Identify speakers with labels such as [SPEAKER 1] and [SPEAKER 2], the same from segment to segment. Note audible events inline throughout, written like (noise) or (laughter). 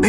[SPEAKER 1] 没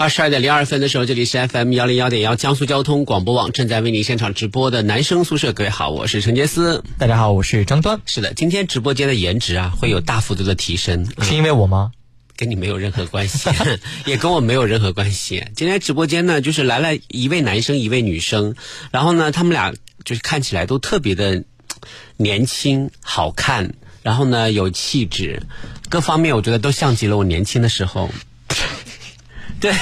[SPEAKER 2] 二十二点零二分的时候，这里是 FM 幺零幺点幺江苏交通广播网正在为您现场直播的男生宿舍。各位好，我是陈杰斯。
[SPEAKER 3] 大家好，我是张端。
[SPEAKER 2] 是的，今天直播间的颜值啊会有大幅度的提升，
[SPEAKER 3] 嗯
[SPEAKER 2] 嗯
[SPEAKER 3] 是因为我吗？
[SPEAKER 2] 跟你没有任何关系， (laughs) 也跟我没有任何关系。今天直播间呢，就是来了一位男生，一位女生，然后呢，他们俩就是看起来都特别的年轻、好看，然后呢有气质，各方面我觉得都像极了我年轻的时
[SPEAKER 3] (laughs)
[SPEAKER 2] 候。对，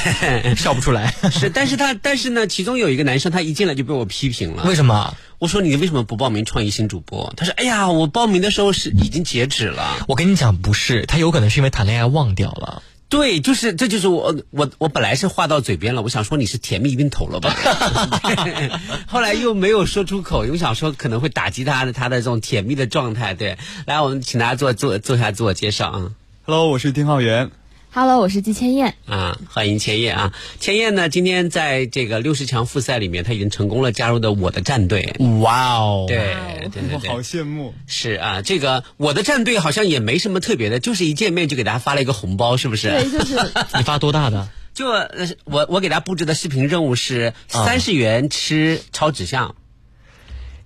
[SPEAKER 3] 笑不出来。
[SPEAKER 2] 是，但是他，但是呢，其中有一个男生，他一进来就被我批评了。
[SPEAKER 3] 为什么？
[SPEAKER 2] 我说你为什么不报名创意新主播？他说：“哎呀，我报名的时候是已经截止了。
[SPEAKER 3] 我跟你讲，不是，他有可能是因为谈恋爱忘掉了。”
[SPEAKER 2] 对，就是这就是我我我本来是话到嘴边了，我想说你是甜蜜晕头了吧， (laughs) 后来又没有说出口，因为想说可能会打击他的他的这种甜蜜的状态。对，来，我们请大家做做做一下自我介绍啊。
[SPEAKER 4] Hello，我是丁浩源。
[SPEAKER 5] Hello，我是季千燕。
[SPEAKER 2] 啊，欢迎千叶啊！千叶呢，今天在这个六十强复赛里面，他已经成功了加入的我的战队。
[SPEAKER 3] 哇哦！
[SPEAKER 2] 对对对
[SPEAKER 4] 我好
[SPEAKER 2] 对，
[SPEAKER 4] 羡慕。
[SPEAKER 2] 是啊，这个我的战队好像也没什么特别的，就是一见面就给大家发了一个红包，是不是？
[SPEAKER 5] 对，
[SPEAKER 2] (laughs)
[SPEAKER 5] 就是
[SPEAKER 3] 你发多大的？
[SPEAKER 2] 就呃我我给大家布置的视频任务是三十元吃超指向。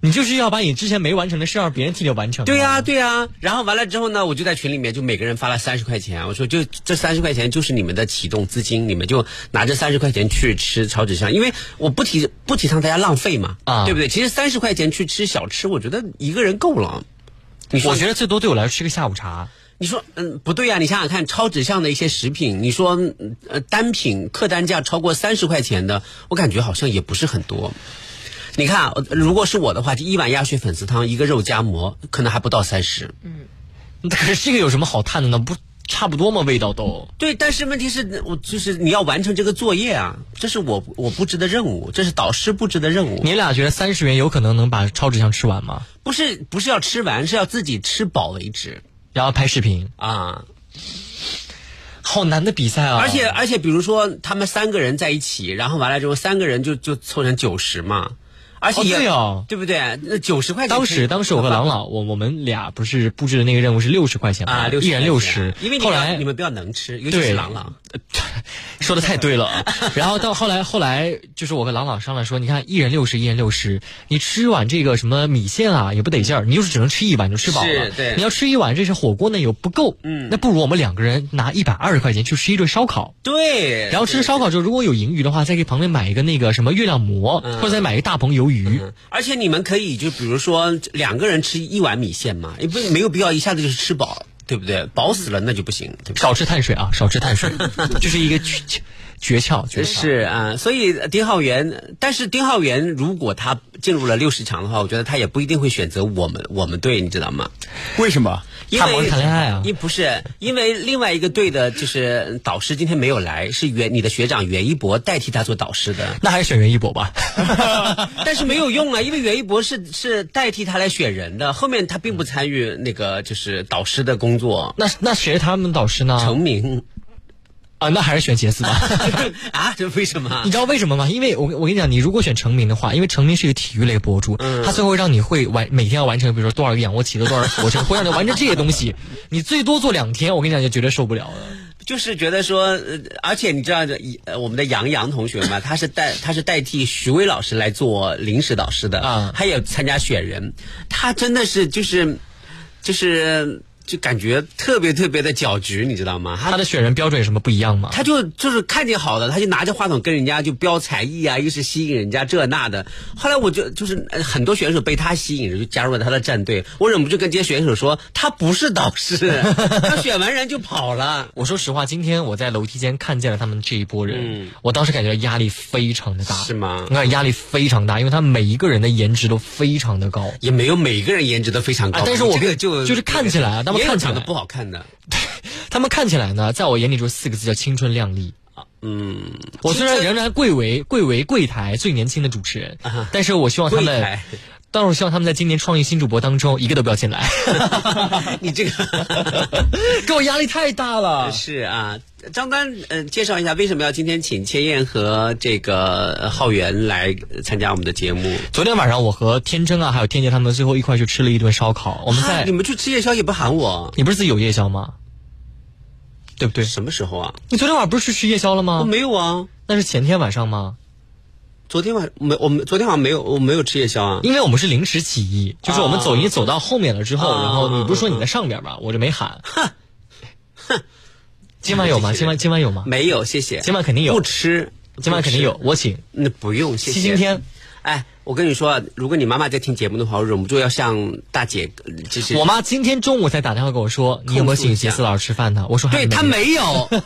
[SPEAKER 3] 你就是要把你之前没完成的事让别人替你完成。
[SPEAKER 2] 对呀、对呀、然后完了之后呢，我就在群里面就每个人发了三十块钱，我说就这三十块钱就是你们的启动资金，你们就拿这三十块钱去吃炒纸香，因为我不提不提倡大家浪费嘛，
[SPEAKER 3] 啊
[SPEAKER 2] 对不对？其实三十块钱去吃小吃，我觉得一个人够了。你说
[SPEAKER 3] 我觉得最多对我来说是个下午茶。
[SPEAKER 2] 你说，嗯，不对呀、你想想看，超指向的一些食品，你说，嗯呃，单品客单价超过三十块钱的，我感觉好像也不是很多。你看，呃如果是我的话，就一碗鸭血粉丝汤，一个肉夹馍，可能还不到三十。
[SPEAKER 3] 可是这个有什么好探的呢？不差不多吗？味道都。
[SPEAKER 2] 对，但是问题是，我就是你要完成这个作业啊，这是我我布置的任务，这是导师布置的任务。
[SPEAKER 3] 你俩觉得三十元有可能能把超指向吃完吗？
[SPEAKER 2] 不是不是要吃完，是要自己吃饱为止
[SPEAKER 3] 然后拍视频，
[SPEAKER 2] 啊！
[SPEAKER 3] 好难的比赛啊！
[SPEAKER 2] 而且而且，比如说他们三个人在一起，然后完了之后，三个人就就凑成九十嘛，而且
[SPEAKER 3] 哦
[SPEAKER 2] 也、
[SPEAKER 3] 对哦
[SPEAKER 2] 对不对？那九十块钱可以，
[SPEAKER 3] 当时当时我和郎朗，我我们俩不是布置的那个任务是六十块钱吗
[SPEAKER 2] 啊，60
[SPEAKER 3] 一人
[SPEAKER 2] 块
[SPEAKER 3] 六
[SPEAKER 2] 钱
[SPEAKER 3] 十，
[SPEAKER 2] 因为你
[SPEAKER 3] 后
[SPEAKER 2] 们
[SPEAKER 3] 来
[SPEAKER 2] 你们比较能吃，尤其
[SPEAKER 3] 对
[SPEAKER 2] 是朗朗，
[SPEAKER 3] 说的太
[SPEAKER 2] (laughs)
[SPEAKER 3] 对了。啊然后到后来，后来就是我和郎朗商量说，你看一人六十，一人六十，你吃碗这个什么米线啊也不得劲儿，你就是只能吃一碗就吃饱了
[SPEAKER 2] 嗯是。对
[SPEAKER 3] 你要吃一碗这是火锅呢又不够，嗯，那不如我们两个人拿一百二十块钱去吃一顿烧烤。
[SPEAKER 2] 对，
[SPEAKER 3] 然后吃烧烤之后，如果有盈余的话，再给旁边买一个那个什么月亮馍，
[SPEAKER 2] 嗯
[SPEAKER 3] 或者再买一个大棚鱿鱼。
[SPEAKER 2] 而且你们可以就比如说两个人吃一碗米线嘛，也不没有必要一下子就是吃饱，对不对？饱死了那就不行，对不对？
[SPEAKER 3] 少吃碳水啊，少吃
[SPEAKER 2] (laughs)
[SPEAKER 3] 碳水，这是一个诀诀窍。诀窍
[SPEAKER 2] 是啊，所以丁浩源，但是丁浩源如果他进入了六十强的话，我觉得他也不一定会选择我们我们队，你知道吗？
[SPEAKER 4] 为什么？
[SPEAKER 2] 因
[SPEAKER 3] 他忙
[SPEAKER 2] 为
[SPEAKER 3] 着谈恋爱啊
[SPEAKER 2] 因不是因为另外一个队的就是导师今天没有来，是袁你的学长袁一博代替他做导师的，
[SPEAKER 3] (laughs) 那还是选袁一博吧。
[SPEAKER 2] 但是没有用啊，因为袁一博是是代替他来选人的，后面他并不参与那个就是导师的工作。
[SPEAKER 3] 那那谁是他们导师呢？
[SPEAKER 2] 成名 (laughs)
[SPEAKER 3] 啊，那还是选杰斯吧。
[SPEAKER 2] 啊？这为什么
[SPEAKER 3] 你？知道为什么吗？因为我我跟你讲，你如果选成名的话，因为成名是一个体育类博主，
[SPEAKER 2] 嗯
[SPEAKER 3] 他最后让你会完每天要完成，比如说多少个仰卧起坐，多少个俯卧撑，会让你完成这些东西。你最多做两天，我跟你讲，就绝对受不了了。
[SPEAKER 2] 就是觉得说，呃而且你知道，呃我们的杨洋同学嘛，他是代他是代替徐巍老师来做临时导师的，
[SPEAKER 3] 啊
[SPEAKER 2] 他也参加选人，他真的是就是就是就感觉特别特别的搅局，你知道吗？
[SPEAKER 3] 他的选人标准有什么不一样吗？
[SPEAKER 2] 啊他就就是看见好的，他就拿着话筒跟人家就飙才艺啊，又是吸引人家这那的。后来我就就是呃很多选手被他吸引，就加入了他的战队。我忍不住跟这些选手说，他不是导师，他选完人就跑了。
[SPEAKER 3] 我说实话，今天我在楼梯间看见了他们这一波人，我当时感觉压力非常的大，
[SPEAKER 2] 嗯是吗
[SPEAKER 3] 我感觉压力非常大，因为他每一个人的颜值都非常的高。
[SPEAKER 2] 也没有每个人颜值都非常高，
[SPEAKER 3] 啊但是我
[SPEAKER 2] 哦这个
[SPEAKER 3] 跟
[SPEAKER 2] 就
[SPEAKER 3] 就是看起来啊他们
[SPEAKER 2] 也有
[SPEAKER 3] 看起
[SPEAKER 2] 长得
[SPEAKER 3] 来
[SPEAKER 2] 不好看的
[SPEAKER 3] 他们看起来呢，在我眼里就是四个字叫青春靓丽。
[SPEAKER 2] 嗯，
[SPEAKER 3] 我虽然仍然贵为贵为柜台最年轻的主持人，但是我希望他
[SPEAKER 2] 柜
[SPEAKER 3] 们
[SPEAKER 2] 啊台，
[SPEAKER 3] 但是我希望他们在今年创意新主播当中一个都不要
[SPEAKER 2] (laughs)
[SPEAKER 3] 进来，
[SPEAKER 2] 你这个
[SPEAKER 3] (laughs) 给我压力太大了。
[SPEAKER 2] 是啊，张丹，呃，介绍一下为什么要今天请千燕和这个呃浩源来呃参加我们的节目？
[SPEAKER 3] 昨天晚上我和天真啊，还有天杰他们最后一块去吃了一顿烧烤。我们
[SPEAKER 2] 啊
[SPEAKER 3] 在
[SPEAKER 2] 你们去吃夜宵也不喊我，
[SPEAKER 3] 你不是自己有夜宵吗？对不对？
[SPEAKER 2] 什么时候啊？
[SPEAKER 3] 你昨天晚上不是去吃夜宵了
[SPEAKER 2] 我
[SPEAKER 3] 吗？
[SPEAKER 2] 没有啊，
[SPEAKER 3] 那是前天晚上吗？
[SPEAKER 2] 昨天晚上没，我们昨天晚上没有，我没有吃夜宵啊。
[SPEAKER 3] 因为我们是临时起意，就是我们走音走到后面了之后，
[SPEAKER 2] 啊
[SPEAKER 3] 然后你不是说你在上边吗？我就没喊。今晚有吗？今晚今晚有吗？
[SPEAKER 2] 没有，谢谢。
[SPEAKER 3] 今晚肯定有
[SPEAKER 2] 不吃，
[SPEAKER 3] 今晚肯定有，
[SPEAKER 2] 不吃。
[SPEAKER 3] 我请。
[SPEAKER 2] 那不用，谢谢。
[SPEAKER 3] 七星天，
[SPEAKER 2] 哎，我跟你说啊，如果你妈妈在听节目的话，我忍不住要向大姐，呃就是
[SPEAKER 3] 我妈今天中午才打电话跟我说，你有没有请杰斯老师吃饭呢？我说
[SPEAKER 2] 对
[SPEAKER 3] 还
[SPEAKER 2] 她
[SPEAKER 3] (laughs) 没有。
[SPEAKER 2] 没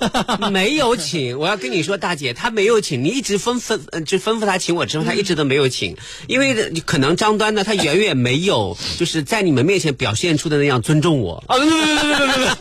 [SPEAKER 2] 有，没有 (laughs) 请。我要跟你说，大姐，她没有请，你一直吩咐，呃就吩咐她请我吃饭，她一直都没有请，因为可能张端呢，她远远没有就是在你们面前表现出的那样尊重我。
[SPEAKER 3] 啊！别别别别别别！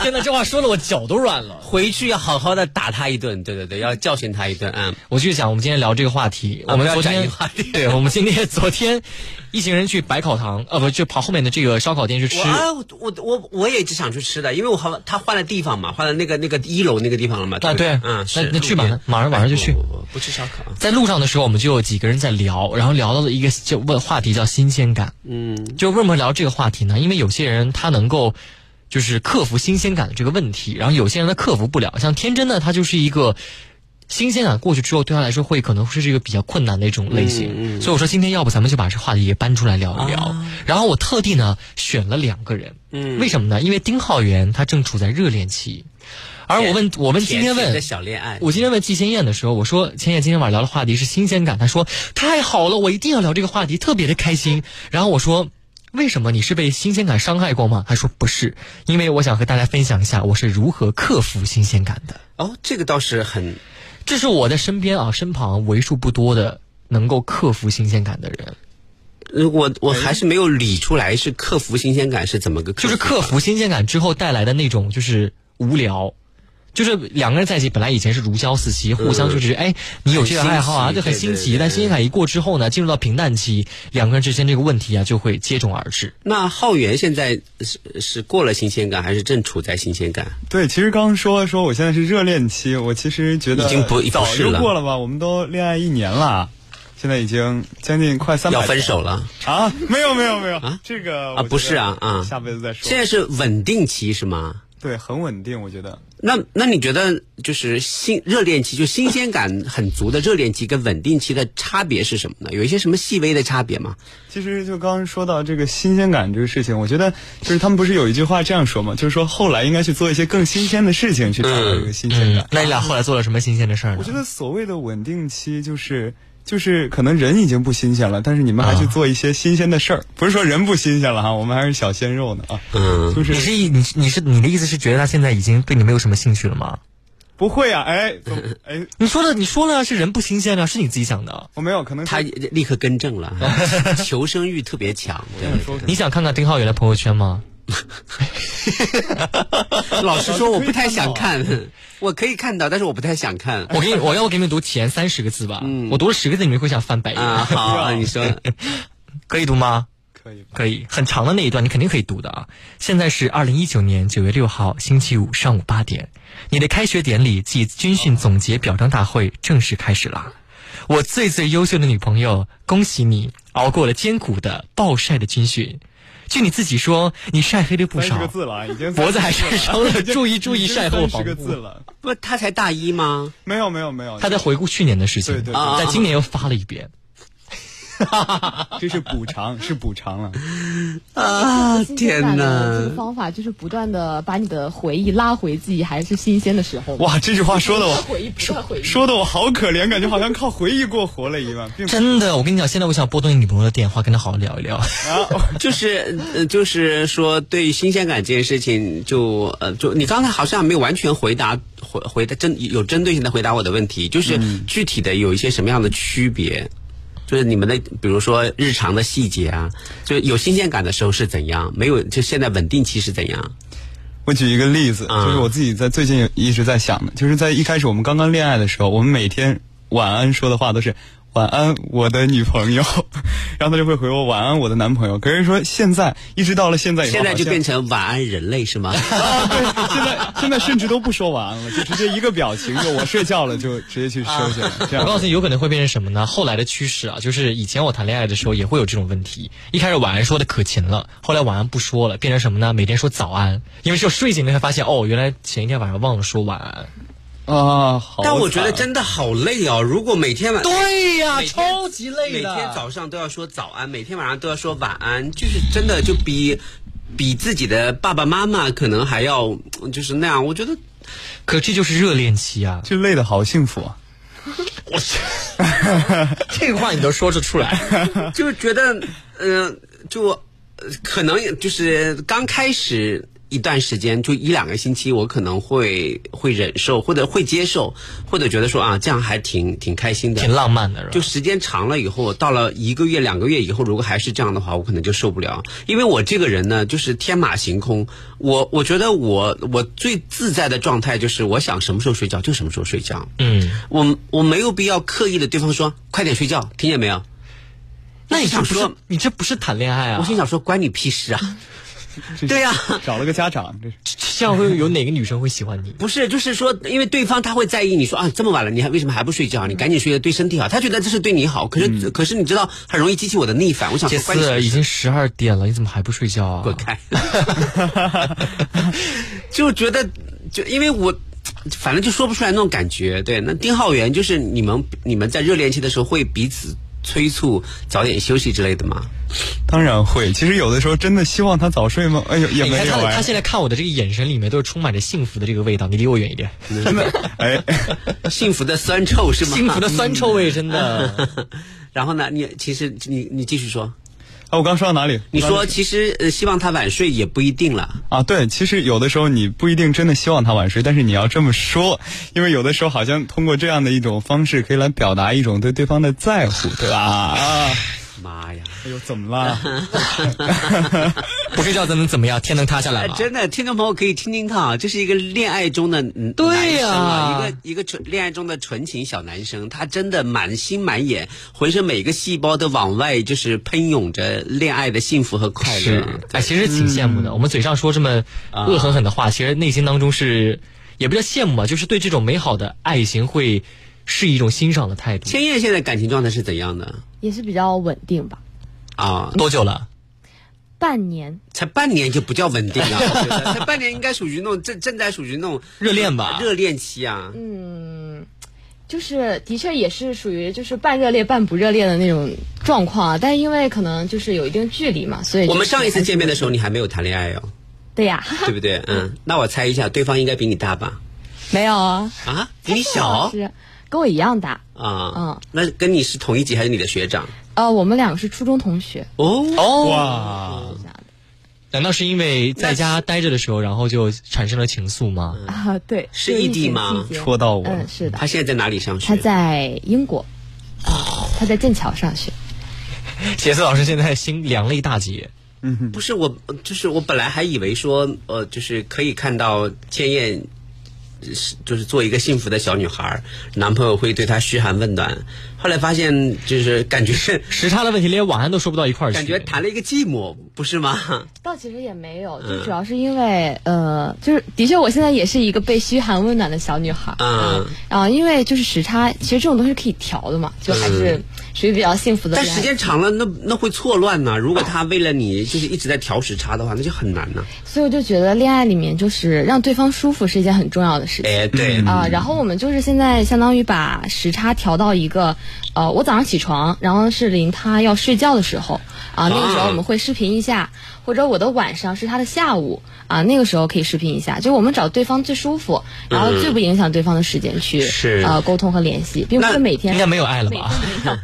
[SPEAKER 3] 天哪，这话说的我脚都软了。
[SPEAKER 2] 回去要好好的打她一顿，对对对，要教训她一顿啊。
[SPEAKER 3] 我继续讲，我们今天聊这个话题。
[SPEAKER 2] 啊
[SPEAKER 3] 我们
[SPEAKER 2] 不要
[SPEAKER 3] 昨
[SPEAKER 2] 转移
[SPEAKER 3] 天
[SPEAKER 2] 话题，
[SPEAKER 3] 对，我们今天昨天，一行人去百烤堂，呃，不，就跑后面的这个烧烤店去吃
[SPEAKER 2] 我。啊，我我我我也只想去吃的，因为我好他换了地方嘛，换了那个那个一楼那个地方了嘛。
[SPEAKER 3] 啊，
[SPEAKER 2] 不
[SPEAKER 3] 对，
[SPEAKER 2] 嗯，
[SPEAKER 3] 那
[SPEAKER 2] 是
[SPEAKER 3] 那去吧
[SPEAKER 2] 路边，
[SPEAKER 3] 马上晚上就去
[SPEAKER 2] 不。不不不吃烧烤。啊
[SPEAKER 3] 在路上的时候，我们就有几个人在聊，然后聊到了一个就问话题叫新鲜感。嗯，就为什么聊这个话题呢？因为有些人他能够就是克服新鲜感的这个问题，然后有些人他克服不了。像天真呢，他就是一个新鲜感过去之后，对他来说会可能会是一个比较困难的一种类型。所以我说今天要不咱们就把这话题也搬出来聊一聊。然后我特地呢选了两个人，啊嗯，为什么呢？因为丁浩源他正处在热恋期，而我问我问今天
[SPEAKER 2] 甜
[SPEAKER 3] 问
[SPEAKER 2] 的小恋爱，
[SPEAKER 3] 我今天问季千燕的时候，我说千燕今天晚上聊的话题是新鲜感，她说太好了，我一定要聊这个话题，特别的开心。然后我说。为什么你是被新鲜感伤害过吗？她说不是，因为我想和大家分享一下我是如何克服新鲜感的。
[SPEAKER 2] 哦，这个倒是很
[SPEAKER 3] 这是我的身边啊，身旁为数不多的能够克服新鲜感的人，
[SPEAKER 2] 呃我我还是没有理出来是克服新鲜感是怎么个克
[SPEAKER 3] 就是克服新鲜感之后带来的那种就是无聊，就是两个人在一起本来以前是如胶似漆，互相就是、哎，你有这个爱好啊，
[SPEAKER 2] 很新奇对
[SPEAKER 3] 就很新
[SPEAKER 2] 对
[SPEAKER 3] 奇，
[SPEAKER 2] 对
[SPEAKER 3] 但新鲜感一过之后呢，进入到平淡期，两个人之间这个问题啊就会接踵而至。
[SPEAKER 2] 那浩源现在是是过了新鲜感，还是正处在新鲜感？
[SPEAKER 4] 对，其实刚刚说说我现在是热恋期，我其实觉得
[SPEAKER 2] 已经不
[SPEAKER 4] 早
[SPEAKER 2] 不是
[SPEAKER 4] 就
[SPEAKER 2] 了
[SPEAKER 4] 过了吧，我们都恋爱一年了，现在已经将近快三百
[SPEAKER 2] 要分手了？
[SPEAKER 4] 啊？没有没有没有这个
[SPEAKER 2] 啊
[SPEAKER 4] 我
[SPEAKER 2] 不是啊
[SPEAKER 4] 觉得
[SPEAKER 2] 啊
[SPEAKER 4] 下辈子再说
[SPEAKER 2] 现。在是稳定期是吗？
[SPEAKER 4] 对，很稳定，我觉得。
[SPEAKER 2] 那那你觉得就是新热恋期，就新鲜感很足的热恋期跟稳定期的差别是什么呢？有一些什么细微的差别吗？
[SPEAKER 4] 其实就刚刚说到这个新鲜感这个事情，我觉得就是他们不是有一句话这样说嘛，就是说后来应该去做一些更新鲜的事情，去找到
[SPEAKER 2] 嗯
[SPEAKER 4] 这个新鲜感。
[SPEAKER 3] 嗯那你俩后来做了什么新鲜的事儿呢
[SPEAKER 4] 我觉？得所谓的稳定期，就是就是可能人已经不新鲜了，但是你们还去做一些新鲜的事儿，不是说人不新鲜了哈，我们还是小鲜肉呢啊，
[SPEAKER 2] 嗯，
[SPEAKER 4] 就
[SPEAKER 3] 你
[SPEAKER 4] 是
[SPEAKER 3] 是一你你是你的意思是觉得他现在已经对你没有什么兴趣了吗？
[SPEAKER 4] 不会啊，哎，怎么哎，
[SPEAKER 3] (laughs) 你说的你说的是人不新鲜了，啊是你自己想的。
[SPEAKER 4] 我没有，可能是
[SPEAKER 2] 他立刻更正了， (laughs) 哈求生欲特别强。对
[SPEAKER 4] 说可能
[SPEAKER 3] 你想看看丁浩源的朋友圈吗？
[SPEAKER 2] (laughs) 老实说，我不太想看，我可以看到，但是我不太想看。
[SPEAKER 3] 我 (laughs) 给你，我要我给你们读前三十个字吧。我读了十个字，你们会想翻白
[SPEAKER 2] (laughs)
[SPEAKER 3] 眼。
[SPEAKER 2] 啊，好啊，你说，
[SPEAKER 3] (laughs) 可以读吗？
[SPEAKER 4] 可以吧？
[SPEAKER 3] 可以，很长的那一段你肯定可以读的啊。现在是二零一九年九月六号星期五上午八点，你的开学典礼暨军训总结表彰大会正式开始啦。我最最优秀的女朋友，恭喜你熬过了艰苦的暴晒的军训。据你自己说，你晒黑了不
[SPEAKER 4] 三十
[SPEAKER 3] 少
[SPEAKER 4] 个，字了啊，已经
[SPEAKER 3] 脖子还晒伤了， (laughs) 注意注意晒后
[SPEAKER 4] 三
[SPEAKER 3] 防
[SPEAKER 4] 十个字
[SPEAKER 3] 护。
[SPEAKER 4] 了，
[SPEAKER 2] 不，他才大一吗？
[SPEAKER 4] 没有没有没有，
[SPEAKER 3] 他在 (laughs) 回顾去年的事情，
[SPEAKER 4] 对对
[SPEAKER 2] 对
[SPEAKER 3] 在今年又发了一遍。
[SPEAKER 4] 这是补偿，是补偿了。
[SPEAKER 2] 啊，
[SPEAKER 5] 新鲜感
[SPEAKER 2] 天
[SPEAKER 5] 的这
[SPEAKER 2] 哪
[SPEAKER 5] 个！方法就是不断的把你的回忆拉回自己还是新鲜的时候。
[SPEAKER 4] 哇，这句话说的
[SPEAKER 5] 不
[SPEAKER 4] 我
[SPEAKER 5] 断回忆，不断回忆。
[SPEAKER 4] 说的我好可怜，感觉好像靠回忆过活了一样，并不
[SPEAKER 3] 真的，我跟你讲，现在我想拨通你女朋友的电话，跟她好好聊一聊。
[SPEAKER 2] 就是呃，就是说，对于新鲜感这件事情，就呃，就你刚才好像没有完全回答回回答针有针对性的回答我的问题，就是具体的有一些什么样的区别？就是你们的，比如说日常的细节啊，就是有新鲜感的时候是怎样，没有就现在稳定期是怎样？
[SPEAKER 4] 我举一个例子，
[SPEAKER 2] 啊
[SPEAKER 4] 就是我自己在最近一直在想的，就是在一开始我们刚刚恋爱的时候，我们每天晚安说的话都是“晚安，我的女朋友”， (laughs) 然后他就会回我“晚安，我的男朋友”。可是说现在一直到了现在以后，
[SPEAKER 2] 哎现在就
[SPEAKER 4] 好像
[SPEAKER 2] 变成晚安人类是吗？
[SPEAKER 4] 啊，对，现在现在甚至都不说晚安了，就直接一个表情，就我睡觉了，就直接去
[SPEAKER 2] 啊
[SPEAKER 4] 休息了，
[SPEAKER 3] 我
[SPEAKER 4] 这样。
[SPEAKER 3] 告诉你，有可能会变成什么呢？后来的趋势啊，就是以前我谈恋爱的时候也会有这种问题。一开始晚安说的可勤了，后来晚安不说了，变成什么呢？每天说早安，因为只有睡醒了才发现，哦，原来前一天晚上忘了说晚安。
[SPEAKER 4] 啊，好。
[SPEAKER 2] 但我觉得真的好累哦。如果每天晚
[SPEAKER 3] 对呀、
[SPEAKER 2] 每天
[SPEAKER 3] 超级累
[SPEAKER 2] 每
[SPEAKER 3] 的。
[SPEAKER 2] 天早上都要说早安，每天晚上都要说晚安，就是真的就比比自己的爸爸妈妈可能还要嗯就是那样。我觉得
[SPEAKER 3] 可这就是热恋期啊！
[SPEAKER 4] 就累的好幸福啊！
[SPEAKER 3] 这个话你都说得出来，
[SPEAKER 2] 就是觉得，嗯、就呃可能也就是刚开始一段时间，就一两个星期，我可能会会忍受，或者会接受，或者觉得说啊，这样还挺挺开心的，
[SPEAKER 3] 挺浪漫的，
[SPEAKER 2] 就是
[SPEAKER 3] 吧？
[SPEAKER 2] 时间长了以后，到了一个月、两个月以后，如果还是这样的话，我可能就受不了。因为我这个人呢，就是天马行空。我我觉得我我最自在的状态就是，我想什么时候睡觉就什么时候睡觉。
[SPEAKER 3] 嗯，
[SPEAKER 2] 我我没有必要刻意的对方说快点睡觉，听见没有？
[SPEAKER 3] 那你这
[SPEAKER 2] 想
[SPEAKER 3] 不是
[SPEAKER 2] 说，
[SPEAKER 3] 你这不是谈恋爱啊？
[SPEAKER 2] 我心想说关你屁事啊！
[SPEAKER 3] (laughs)
[SPEAKER 2] 对呀、
[SPEAKER 4] 找了个家长，这是
[SPEAKER 3] 这样会有哪个女生会喜欢你？
[SPEAKER 2] 不是，就是说，因为对方他会在意你说啊，这么晚了，你还为什么还不睡觉？你赶紧睡觉，对身体好。他觉得这是对你好，可是、可是你知道，很容易激起我的逆反。我想
[SPEAKER 3] 杰
[SPEAKER 2] 说，关你什么
[SPEAKER 3] 斯
[SPEAKER 2] 事
[SPEAKER 3] 嗯已经十二点了，你怎么还不睡觉啊？
[SPEAKER 2] 滚开！ (laughs) 就觉得，就因为我。反正就说不出来那种感觉，对。那丁浩源就是你们你们在热恋期的时候会彼此催促早点休息之类的
[SPEAKER 3] (laughs)
[SPEAKER 2] 吗？
[SPEAKER 4] 当然会。其实有的时候真的希望他早睡吗？哎呦，也
[SPEAKER 3] 你
[SPEAKER 4] 没
[SPEAKER 3] 看
[SPEAKER 4] 有
[SPEAKER 3] 他的，他
[SPEAKER 4] 哎，
[SPEAKER 3] 现在看我的这个眼神里面都是充满着幸福的这个味道，你离我远一点。
[SPEAKER 4] 真的 (laughs) 哎，
[SPEAKER 2] 幸福的酸臭是吗？
[SPEAKER 3] 幸福的。酸臭
[SPEAKER 2] 嗯
[SPEAKER 3] 味，真的。
[SPEAKER 2] 然后呢？你其实你你继续说，
[SPEAKER 4] 啊，我刚说到哪里？
[SPEAKER 2] 你
[SPEAKER 4] 我刚
[SPEAKER 2] 说其实呃希望他晚睡也不一定了。
[SPEAKER 4] 啊，对，其实有的时候你不一定真的希望他晚睡，但是你要这么说，因为有的时候好像通过这样的一种方式，可以来表达一种对对方的在乎，对吧？啊，
[SPEAKER 2] 妈呀！
[SPEAKER 4] 哎呦，怎么了？
[SPEAKER 3] 不睡觉咱能怎么样？天能塌下来
[SPEAKER 2] 哎，
[SPEAKER 3] 吗？
[SPEAKER 2] 真的，听众朋友可以听听看啊，这是一个恋爱中的嗯
[SPEAKER 3] 对呀
[SPEAKER 2] 男生啊一个一个纯恋爱中的纯情小男生，他真的满心满眼，浑身每个细胞都往外就是喷涌着恋爱的幸福和快乐
[SPEAKER 3] 是。，哎，其实挺羡慕
[SPEAKER 2] 嗯
[SPEAKER 3] 的。我们嘴上说这么
[SPEAKER 2] 啊
[SPEAKER 3] 恶狠狠的话，其实内心当中是也不叫羡慕吧，就是对这种美好的爱情会是一种欣赏的态度。
[SPEAKER 2] 千叶现在感情状态是怎样的
[SPEAKER 5] (laughs) 也是比较稳定吧，
[SPEAKER 2] 啊？
[SPEAKER 3] 多久了？
[SPEAKER 5] 半年。
[SPEAKER 2] 才半年就不叫稳定
[SPEAKER 3] (laughs)
[SPEAKER 2] 啊！我觉得才半年应该属于那种正正在属于那种
[SPEAKER 3] 热恋吧嗯
[SPEAKER 2] 热恋期啊。
[SPEAKER 5] 就是的确也是属于就是半热恋半不热恋的那种状况啊，但是因为可能就是有一定距离嘛，所以
[SPEAKER 2] 我们上一次见面的时
[SPEAKER 5] 候，
[SPEAKER 2] 候，你还没有谈恋爱哦，(laughs)
[SPEAKER 5] 对呀，哈哈
[SPEAKER 2] 对不对？
[SPEAKER 3] (laughs)
[SPEAKER 2] 嗯，那我猜一下，对方应该比你大吧？
[SPEAKER 5] 没有啊，
[SPEAKER 2] 啊，比你
[SPEAKER 5] 老
[SPEAKER 2] 小。
[SPEAKER 5] 师跟我一样大，
[SPEAKER 2] 啊，
[SPEAKER 5] 嗯
[SPEAKER 2] 那跟你是同一级还是你的学长？
[SPEAKER 5] 呃，我们两个是初中同学，
[SPEAKER 2] 哦，
[SPEAKER 3] 哇！
[SPEAKER 2] 啊
[SPEAKER 5] 这样
[SPEAKER 3] 难道是因为在家待着的时候，然后就产生了情愫吗？
[SPEAKER 5] 的啊，对，
[SPEAKER 2] 是
[SPEAKER 5] 就
[SPEAKER 2] 异
[SPEAKER 5] 疫
[SPEAKER 2] 地
[SPEAKER 5] 情
[SPEAKER 2] 吗
[SPEAKER 5] 期间
[SPEAKER 4] 戳到我了
[SPEAKER 5] 嗯，是的
[SPEAKER 2] 他，现在在哪里上学？
[SPEAKER 5] 他在英国，啊他在剑桥上学，
[SPEAKER 2] 嗯
[SPEAKER 3] 杰斯老师现在心凉了一大截。
[SPEAKER 2] 不是我，就是我本来还以为说，呃，就是可以看到千燕。呃是就是做一个幸福的小女孩儿，男朋友会对她嘘寒问暖。后来发现，就是感觉 (laughs) 是
[SPEAKER 3] 时差的问题，连晚安都说不到一块儿去。
[SPEAKER 2] 感觉谈了一个寂寞，不是吗？
[SPEAKER 5] 倒其实也没有，
[SPEAKER 2] 嗯
[SPEAKER 5] 就主要是因为、呃，就是的确我现在也是一个被嘘寒问暖的小女孩，
[SPEAKER 2] 嗯
[SPEAKER 5] 啊、因为就是时差，其实这种东西可以调的嘛，就还是属于比较幸福
[SPEAKER 2] 嗯
[SPEAKER 5] 的
[SPEAKER 2] 但
[SPEAKER 5] 恋爱。
[SPEAKER 2] 时间长了，那那会错乱呐、如果他为了你就是一直在调时差的话，那就很难呐、
[SPEAKER 5] 所以我就觉得恋爱里面就是让对方舒服是一件很重要的事情。
[SPEAKER 2] 哎，对，
[SPEAKER 3] 嗯
[SPEAKER 5] 啊、然后我们就是现在相当于把时差调到一个，呃，我早上起床，然后是临他要睡觉的时候，啊、那个时候我们会视频一下，或者我的晚上是他的下午，啊、那个时候可以视频一下，就我们找对方最舒服，
[SPEAKER 3] 嗯
[SPEAKER 5] 然后最不影响对方的时间去、
[SPEAKER 2] 是
[SPEAKER 5] 呃沟通和联系，并不
[SPEAKER 2] 那
[SPEAKER 5] 是每天
[SPEAKER 3] 应该没有爱了
[SPEAKER 5] 每
[SPEAKER 3] 吧？
[SPEAKER 5] 天晚上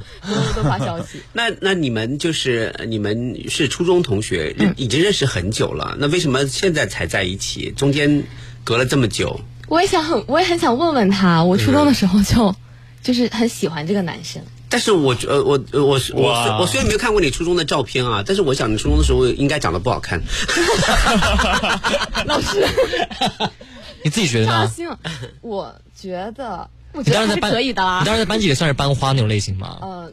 [SPEAKER 5] 都都发消息。 (laughs)
[SPEAKER 2] 那那你们就是你们是初中同学，认已经认识很久了，那为什么现在才在一起？中间隔了这么久，
[SPEAKER 5] 我也想很，我也很想问问他，我初中的时候就、就是很喜欢这个男生。
[SPEAKER 2] 但是我觉呃我呃我是我虽
[SPEAKER 4] 哇
[SPEAKER 2] 我虽然没有看过你初中的照片啊，但是我想你初中的时候应该长得不好看。
[SPEAKER 5] 老师，
[SPEAKER 3] 你自己觉得
[SPEAKER 5] 大
[SPEAKER 3] 呢？
[SPEAKER 5] 兴，我觉得，我
[SPEAKER 3] 嗯你
[SPEAKER 5] 觉
[SPEAKER 3] 当
[SPEAKER 5] 得
[SPEAKER 3] 时在
[SPEAKER 5] 还是
[SPEAKER 3] 班
[SPEAKER 5] 可以的啊啦
[SPEAKER 3] 你。当时在班级里算是班花那种类型吗？
[SPEAKER 5] 呃，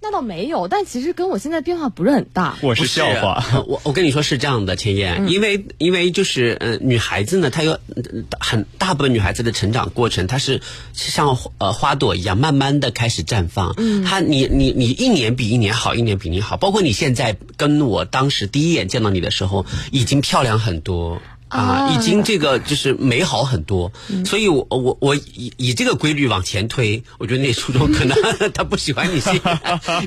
[SPEAKER 5] 那倒没有，但其实跟我现在变化不是很大。
[SPEAKER 2] 不
[SPEAKER 4] 我是笑话。
[SPEAKER 2] 呃我我跟你说是这样的，千叶，因为因为就是呃，女孩子呢，她有呃很大部分女孩子的成长过程，她是像呃花朵一样，慢慢的开始绽放。嗯，她你你你一年比一年好，一年比一年好，包括你现在跟我当时第一眼见到你的时候，已经漂亮很多。啊，嗯已经这个就是美好很多，所以我我我以以这个规律往前推，我觉得那初中可能 (laughs) 他不喜欢你 (laughs) 是，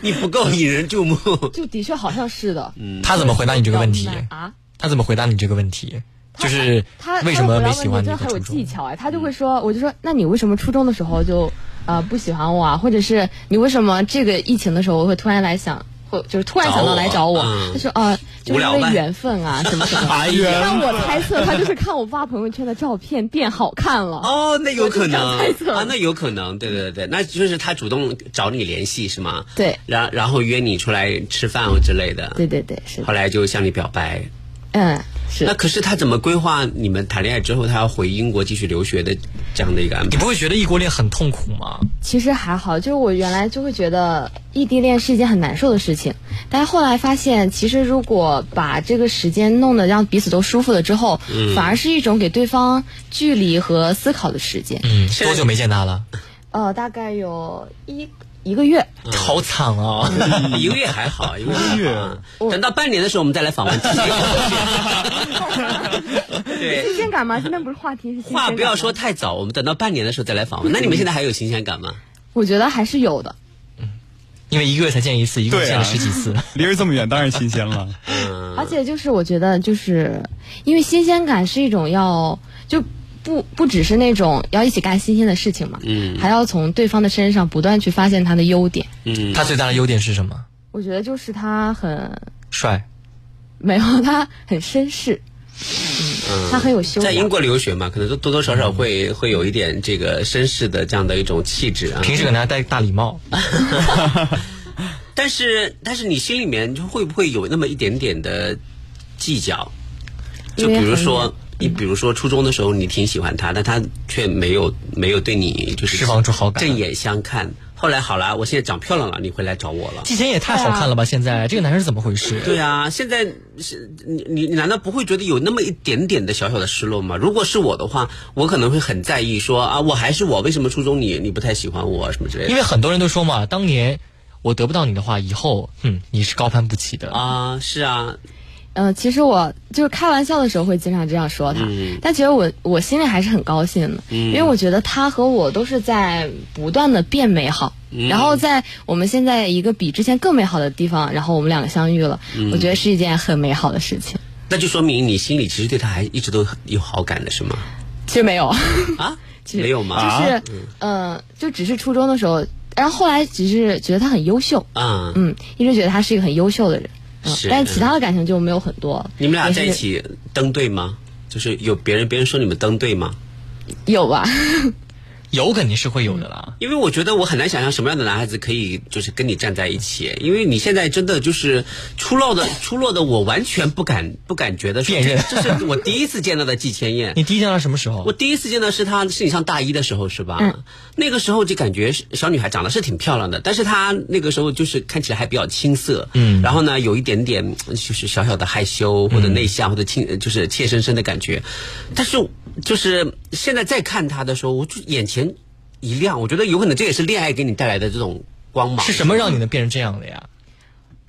[SPEAKER 2] 你不够引人注目。
[SPEAKER 5] 就的确好像是的。嗯，
[SPEAKER 3] 他怎么回答你这个问题？
[SPEAKER 5] 啊？
[SPEAKER 3] 他怎么回答你这个问题？
[SPEAKER 5] 他
[SPEAKER 3] 就是
[SPEAKER 5] 他
[SPEAKER 3] 为
[SPEAKER 5] 他
[SPEAKER 3] 什么
[SPEAKER 5] 回答
[SPEAKER 3] 没
[SPEAKER 5] 问
[SPEAKER 3] 喜
[SPEAKER 5] 题
[SPEAKER 3] 欢你
[SPEAKER 5] 真
[SPEAKER 3] 的
[SPEAKER 5] 的很有
[SPEAKER 3] 初嗯
[SPEAKER 5] 技
[SPEAKER 3] 中？
[SPEAKER 5] 巧哎，他就会说，我就说，那你为什么初中的时候就呃不喜欢我啊？或者是你为什么这个疫情的时候会突然来想，会就是突然想到来找我？
[SPEAKER 2] 找我嗯
[SPEAKER 5] 他说啊，就是因
[SPEAKER 2] 无聊呗
[SPEAKER 5] 为缘分啊，什么什
[SPEAKER 3] (laughs)
[SPEAKER 5] 么。
[SPEAKER 2] 哎呀，
[SPEAKER 5] 但我猜测他就是看我发朋友圈的照片变好看了。
[SPEAKER 2] 哦，那有可
[SPEAKER 5] 我
[SPEAKER 2] 能
[SPEAKER 5] 就这样猜测
[SPEAKER 2] 啊，那有可能，对对对，那就是他主动找你联系是吗？
[SPEAKER 5] 对
[SPEAKER 2] 然然后约你出来吃饭啊或之类的，
[SPEAKER 5] 对对对，是的
[SPEAKER 2] 后，来就向你表白。
[SPEAKER 5] 嗯，是
[SPEAKER 2] 那可是他怎么规划你们谈恋爱之后，他要回英国继续留学的这样的一个安
[SPEAKER 3] 你
[SPEAKER 2] 排？
[SPEAKER 3] 不会觉得异国恋很痛苦吗？
[SPEAKER 5] 其实还好，就是我原来就会觉得异地恋是一件很难受的事情，但是后来发现，其实如果把这个时间弄得让彼此都舒服了之后，
[SPEAKER 2] 嗯
[SPEAKER 5] 反而是一种给对方距离和思考的时间。
[SPEAKER 3] 嗯，多久没见他了？
[SPEAKER 5] 呃，大概有一一个月，
[SPEAKER 2] 嗯
[SPEAKER 3] 好惨啊！
[SPEAKER 2] 一个月还好，一个月还好
[SPEAKER 4] 一个月
[SPEAKER 2] 啊。等到半年的时候，我们再来访 (laughs) 问自己。对
[SPEAKER 5] 新，鲜感吗？现在不是话题是新鲜感吗
[SPEAKER 2] 话不要说，太早，我们等到半年的时候再来访问。那你们现在还有新鲜感吗？
[SPEAKER 5] 我觉得还是有的。
[SPEAKER 3] (laughs) 因为一个月才见一次，一个月
[SPEAKER 4] 对
[SPEAKER 3] 见
[SPEAKER 4] 啊
[SPEAKER 3] 了十几
[SPEAKER 2] 嗯
[SPEAKER 3] 次。
[SPEAKER 4] 离着这么远，当然新鲜了。
[SPEAKER 5] 而且就是我觉得，就是因为新鲜感是一种要就不不只是那种要一起干新鲜的事情嘛，嗯，还要从对方的身上不断去发现他的优点。
[SPEAKER 2] 嗯，
[SPEAKER 3] 他最大的优点是什么？
[SPEAKER 5] 我觉得就是他很
[SPEAKER 3] 帅。
[SPEAKER 5] 没有， (laughs) 他很绅士，嗯，他很有修
[SPEAKER 2] 在英
[SPEAKER 5] 养。
[SPEAKER 2] 国留学嘛，可能多多多少少会、会有一点这个绅士的这样的一种气质啊。
[SPEAKER 3] 平时给大家戴大礼帽，
[SPEAKER 2] 但是但是你心里面就会不会有那么一点点的计较？就比如说，你比如说初中的时候你挺喜欢他，但他却没有没有对你就是
[SPEAKER 3] 释放出好感
[SPEAKER 2] 正眼相看。后来好了，我现在长漂亮了，你回来找我了。
[SPEAKER 3] 之前也太好看了吧？现在这个男生是怎么回事？
[SPEAKER 2] 对啊，现在是你你你难道不会觉得有那么一点点的小小的失落吗？如果是我的话，我可能会很在意说啊，我还是我，为什么初中你你不太喜欢我什么之类的？
[SPEAKER 3] 因为很多人都说嘛，当年我得不到你的话，以后嗯你是高攀不起的。
[SPEAKER 2] 啊，是啊，
[SPEAKER 5] 嗯、其实我就是开玩笑的时候会经常这样说他，
[SPEAKER 2] 嗯
[SPEAKER 5] 但其实我我心里还是很高兴的，因为我觉得他和我都是在不断的变美好，
[SPEAKER 2] 嗯
[SPEAKER 5] 然后在我们现在一个比之前更美好的地方，然后我们两个相遇了，
[SPEAKER 2] 嗯
[SPEAKER 5] 我觉得是一件很美好的事情。
[SPEAKER 2] 那就说明你心里其实对他还一直都有好感的是吗？
[SPEAKER 5] 其实没有。
[SPEAKER 2] 啊，
[SPEAKER 5] 是
[SPEAKER 2] 没有吗？
[SPEAKER 5] (laughs) 嗯就是，嗯、就只是初中的时候，然后后来只是觉得他很优秀，
[SPEAKER 2] 啊，
[SPEAKER 5] 嗯，一直觉得他是一个很优秀的人，嗯
[SPEAKER 2] 是，
[SPEAKER 5] 但其他的感情就没有很多了。
[SPEAKER 2] 你们俩在一
[SPEAKER 5] 也是
[SPEAKER 2] 起登对吗？就是有别人别人说你们登对吗？
[SPEAKER 5] 有啊吧？
[SPEAKER 3] 有肯定是会有的啦。
[SPEAKER 2] 因为我觉得我很难想象什么样的男孩子可以就是跟你站在一起，因为你现在真的就是出落的出落的，我完全不敢不敢觉得说
[SPEAKER 3] 辨认
[SPEAKER 2] 这这是我第一次见到的季千燕
[SPEAKER 3] 你。第一见到他什么时候？
[SPEAKER 2] 我第一次见到是她，是你上大一的时候是吧？
[SPEAKER 5] 嗯
[SPEAKER 2] 那个时候就感觉是小女孩长得是挺漂亮的，但是她那个时候就是看起来还比较青涩，嗯，然后呢有一点点就是小小的害羞
[SPEAKER 3] 嗯
[SPEAKER 2] 或者内向、或者轻就是怯生生的感觉，但是就是现在再看她的时候，我就眼前一亮，我觉得有可能这也是恋爱给你带来的这种光芒。
[SPEAKER 3] 是什么让你能变成这样的呀？
[SPEAKER 5] (laughs)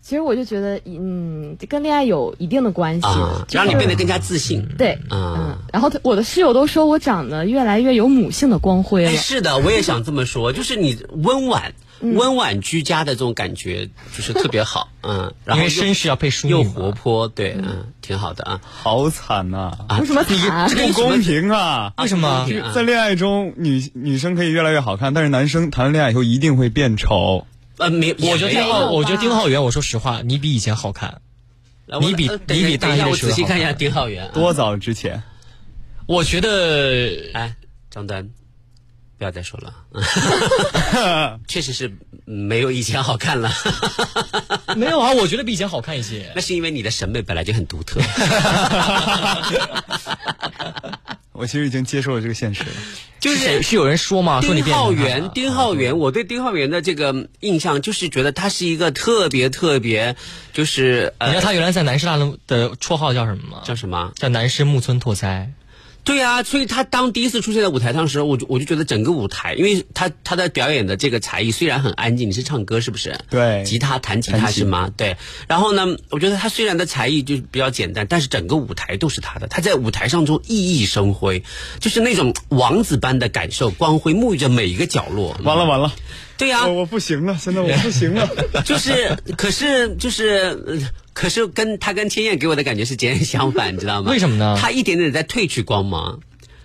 [SPEAKER 5] 其实我就觉得，嗯，跟恋爱有一定的关系，
[SPEAKER 2] 啊？
[SPEAKER 5] 就是
[SPEAKER 2] 让你变得更加自信。
[SPEAKER 5] 对，
[SPEAKER 2] 啊
[SPEAKER 5] 嗯，然后他我的室友都说我长得越来越有母性的光辉
[SPEAKER 2] 哎，
[SPEAKER 5] 了。
[SPEAKER 2] 是的，我也想这么说， (laughs) 就是你温婉、
[SPEAKER 3] 嗯
[SPEAKER 2] 温婉居家的这种感觉，就是特别好，
[SPEAKER 3] (laughs)
[SPEAKER 2] 嗯，然
[SPEAKER 3] 因
[SPEAKER 2] 后
[SPEAKER 3] 为
[SPEAKER 2] 又
[SPEAKER 3] 绅士要配淑女
[SPEAKER 2] 又
[SPEAKER 3] 嘛
[SPEAKER 2] 活泼，对，嗯，挺好的啊。
[SPEAKER 4] 好惨呐、
[SPEAKER 5] 有 (laughs) 什么惨？
[SPEAKER 4] 不公平啊！
[SPEAKER 3] 为什么？
[SPEAKER 2] 这个
[SPEAKER 4] 在恋爱中，女女生可以越来越好看，但是男生谈了恋爱以后一定会变丑。
[SPEAKER 2] 呃，没，
[SPEAKER 3] 我觉
[SPEAKER 2] 也没
[SPEAKER 3] 得丁
[SPEAKER 2] 有
[SPEAKER 3] 浩，
[SPEAKER 5] 吧
[SPEAKER 3] 我觉得丁浩源，我说实话，你比以前好看。
[SPEAKER 2] 然后
[SPEAKER 3] 你比
[SPEAKER 2] 呃等一
[SPEAKER 3] 你
[SPEAKER 2] 下
[SPEAKER 3] 比
[SPEAKER 2] 等一下，
[SPEAKER 3] 大学
[SPEAKER 2] 我
[SPEAKER 3] 的时候
[SPEAKER 2] 仔细看一
[SPEAKER 3] 好
[SPEAKER 2] 下
[SPEAKER 3] 看
[SPEAKER 2] 丁浩源啊，
[SPEAKER 4] 多早之前，
[SPEAKER 2] (laughs)
[SPEAKER 3] 我觉得
[SPEAKER 2] 哎，张丹，不要再说了，
[SPEAKER 3] (laughs)
[SPEAKER 2] (laughs) 确实是没有以前好看了。 (laughs)
[SPEAKER 3] 没有啊，我觉得比以前好看一些。
[SPEAKER 2] 那是因为你的审美本来就很独
[SPEAKER 3] (laughs)
[SPEAKER 2] 特。
[SPEAKER 4] 我其实已经接受了这个现实了。
[SPEAKER 2] 就是
[SPEAKER 3] 是是有人说嘛，说你
[SPEAKER 2] 丁
[SPEAKER 3] 变
[SPEAKER 2] 浩
[SPEAKER 3] 成他
[SPEAKER 2] 源
[SPEAKER 3] 了，嗯
[SPEAKER 2] 丁浩源，我对丁浩源的这个印象就是觉得他是一个特别特别，就是
[SPEAKER 3] 你知道
[SPEAKER 2] 呃
[SPEAKER 3] 他原来在南师大的的绰号叫什么吗？
[SPEAKER 2] 叫什么？
[SPEAKER 3] 叫南师木村拓哉。
[SPEAKER 2] 对啊，所以他当第一次出现在舞台上的时候，我就我就觉得整个舞台，因为他他的表演的这个才艺虽然很安静，你是唱歌是不是？
[SPEAKER 4] 对
[SPEAKER 2] 吉他弹吉他
[SPEAKER 4] 弹吉
[SPEAKER 2] 是吗？对。然后呢，我觉得他虽然的才艺就比较简单，但是整个舞台都是他的，他在舞台上中熠熠生辉，就是那种王子般的感受，光辉沐浴着每一个角落。
[SPEAKER 4] 完了完了，
[SPEAKER 2] 对啊呀、
[SPEAKER 4] 我我不行了，现在我不行了。
[SPEAKER 2] 就是，可是就是，呃可是跟他跟千燕给我的感觉是截然相反，你知道吗？
[SPEAKER 3] 为什么呢
[SPEAKER 2] 他一点点在褪去光芒。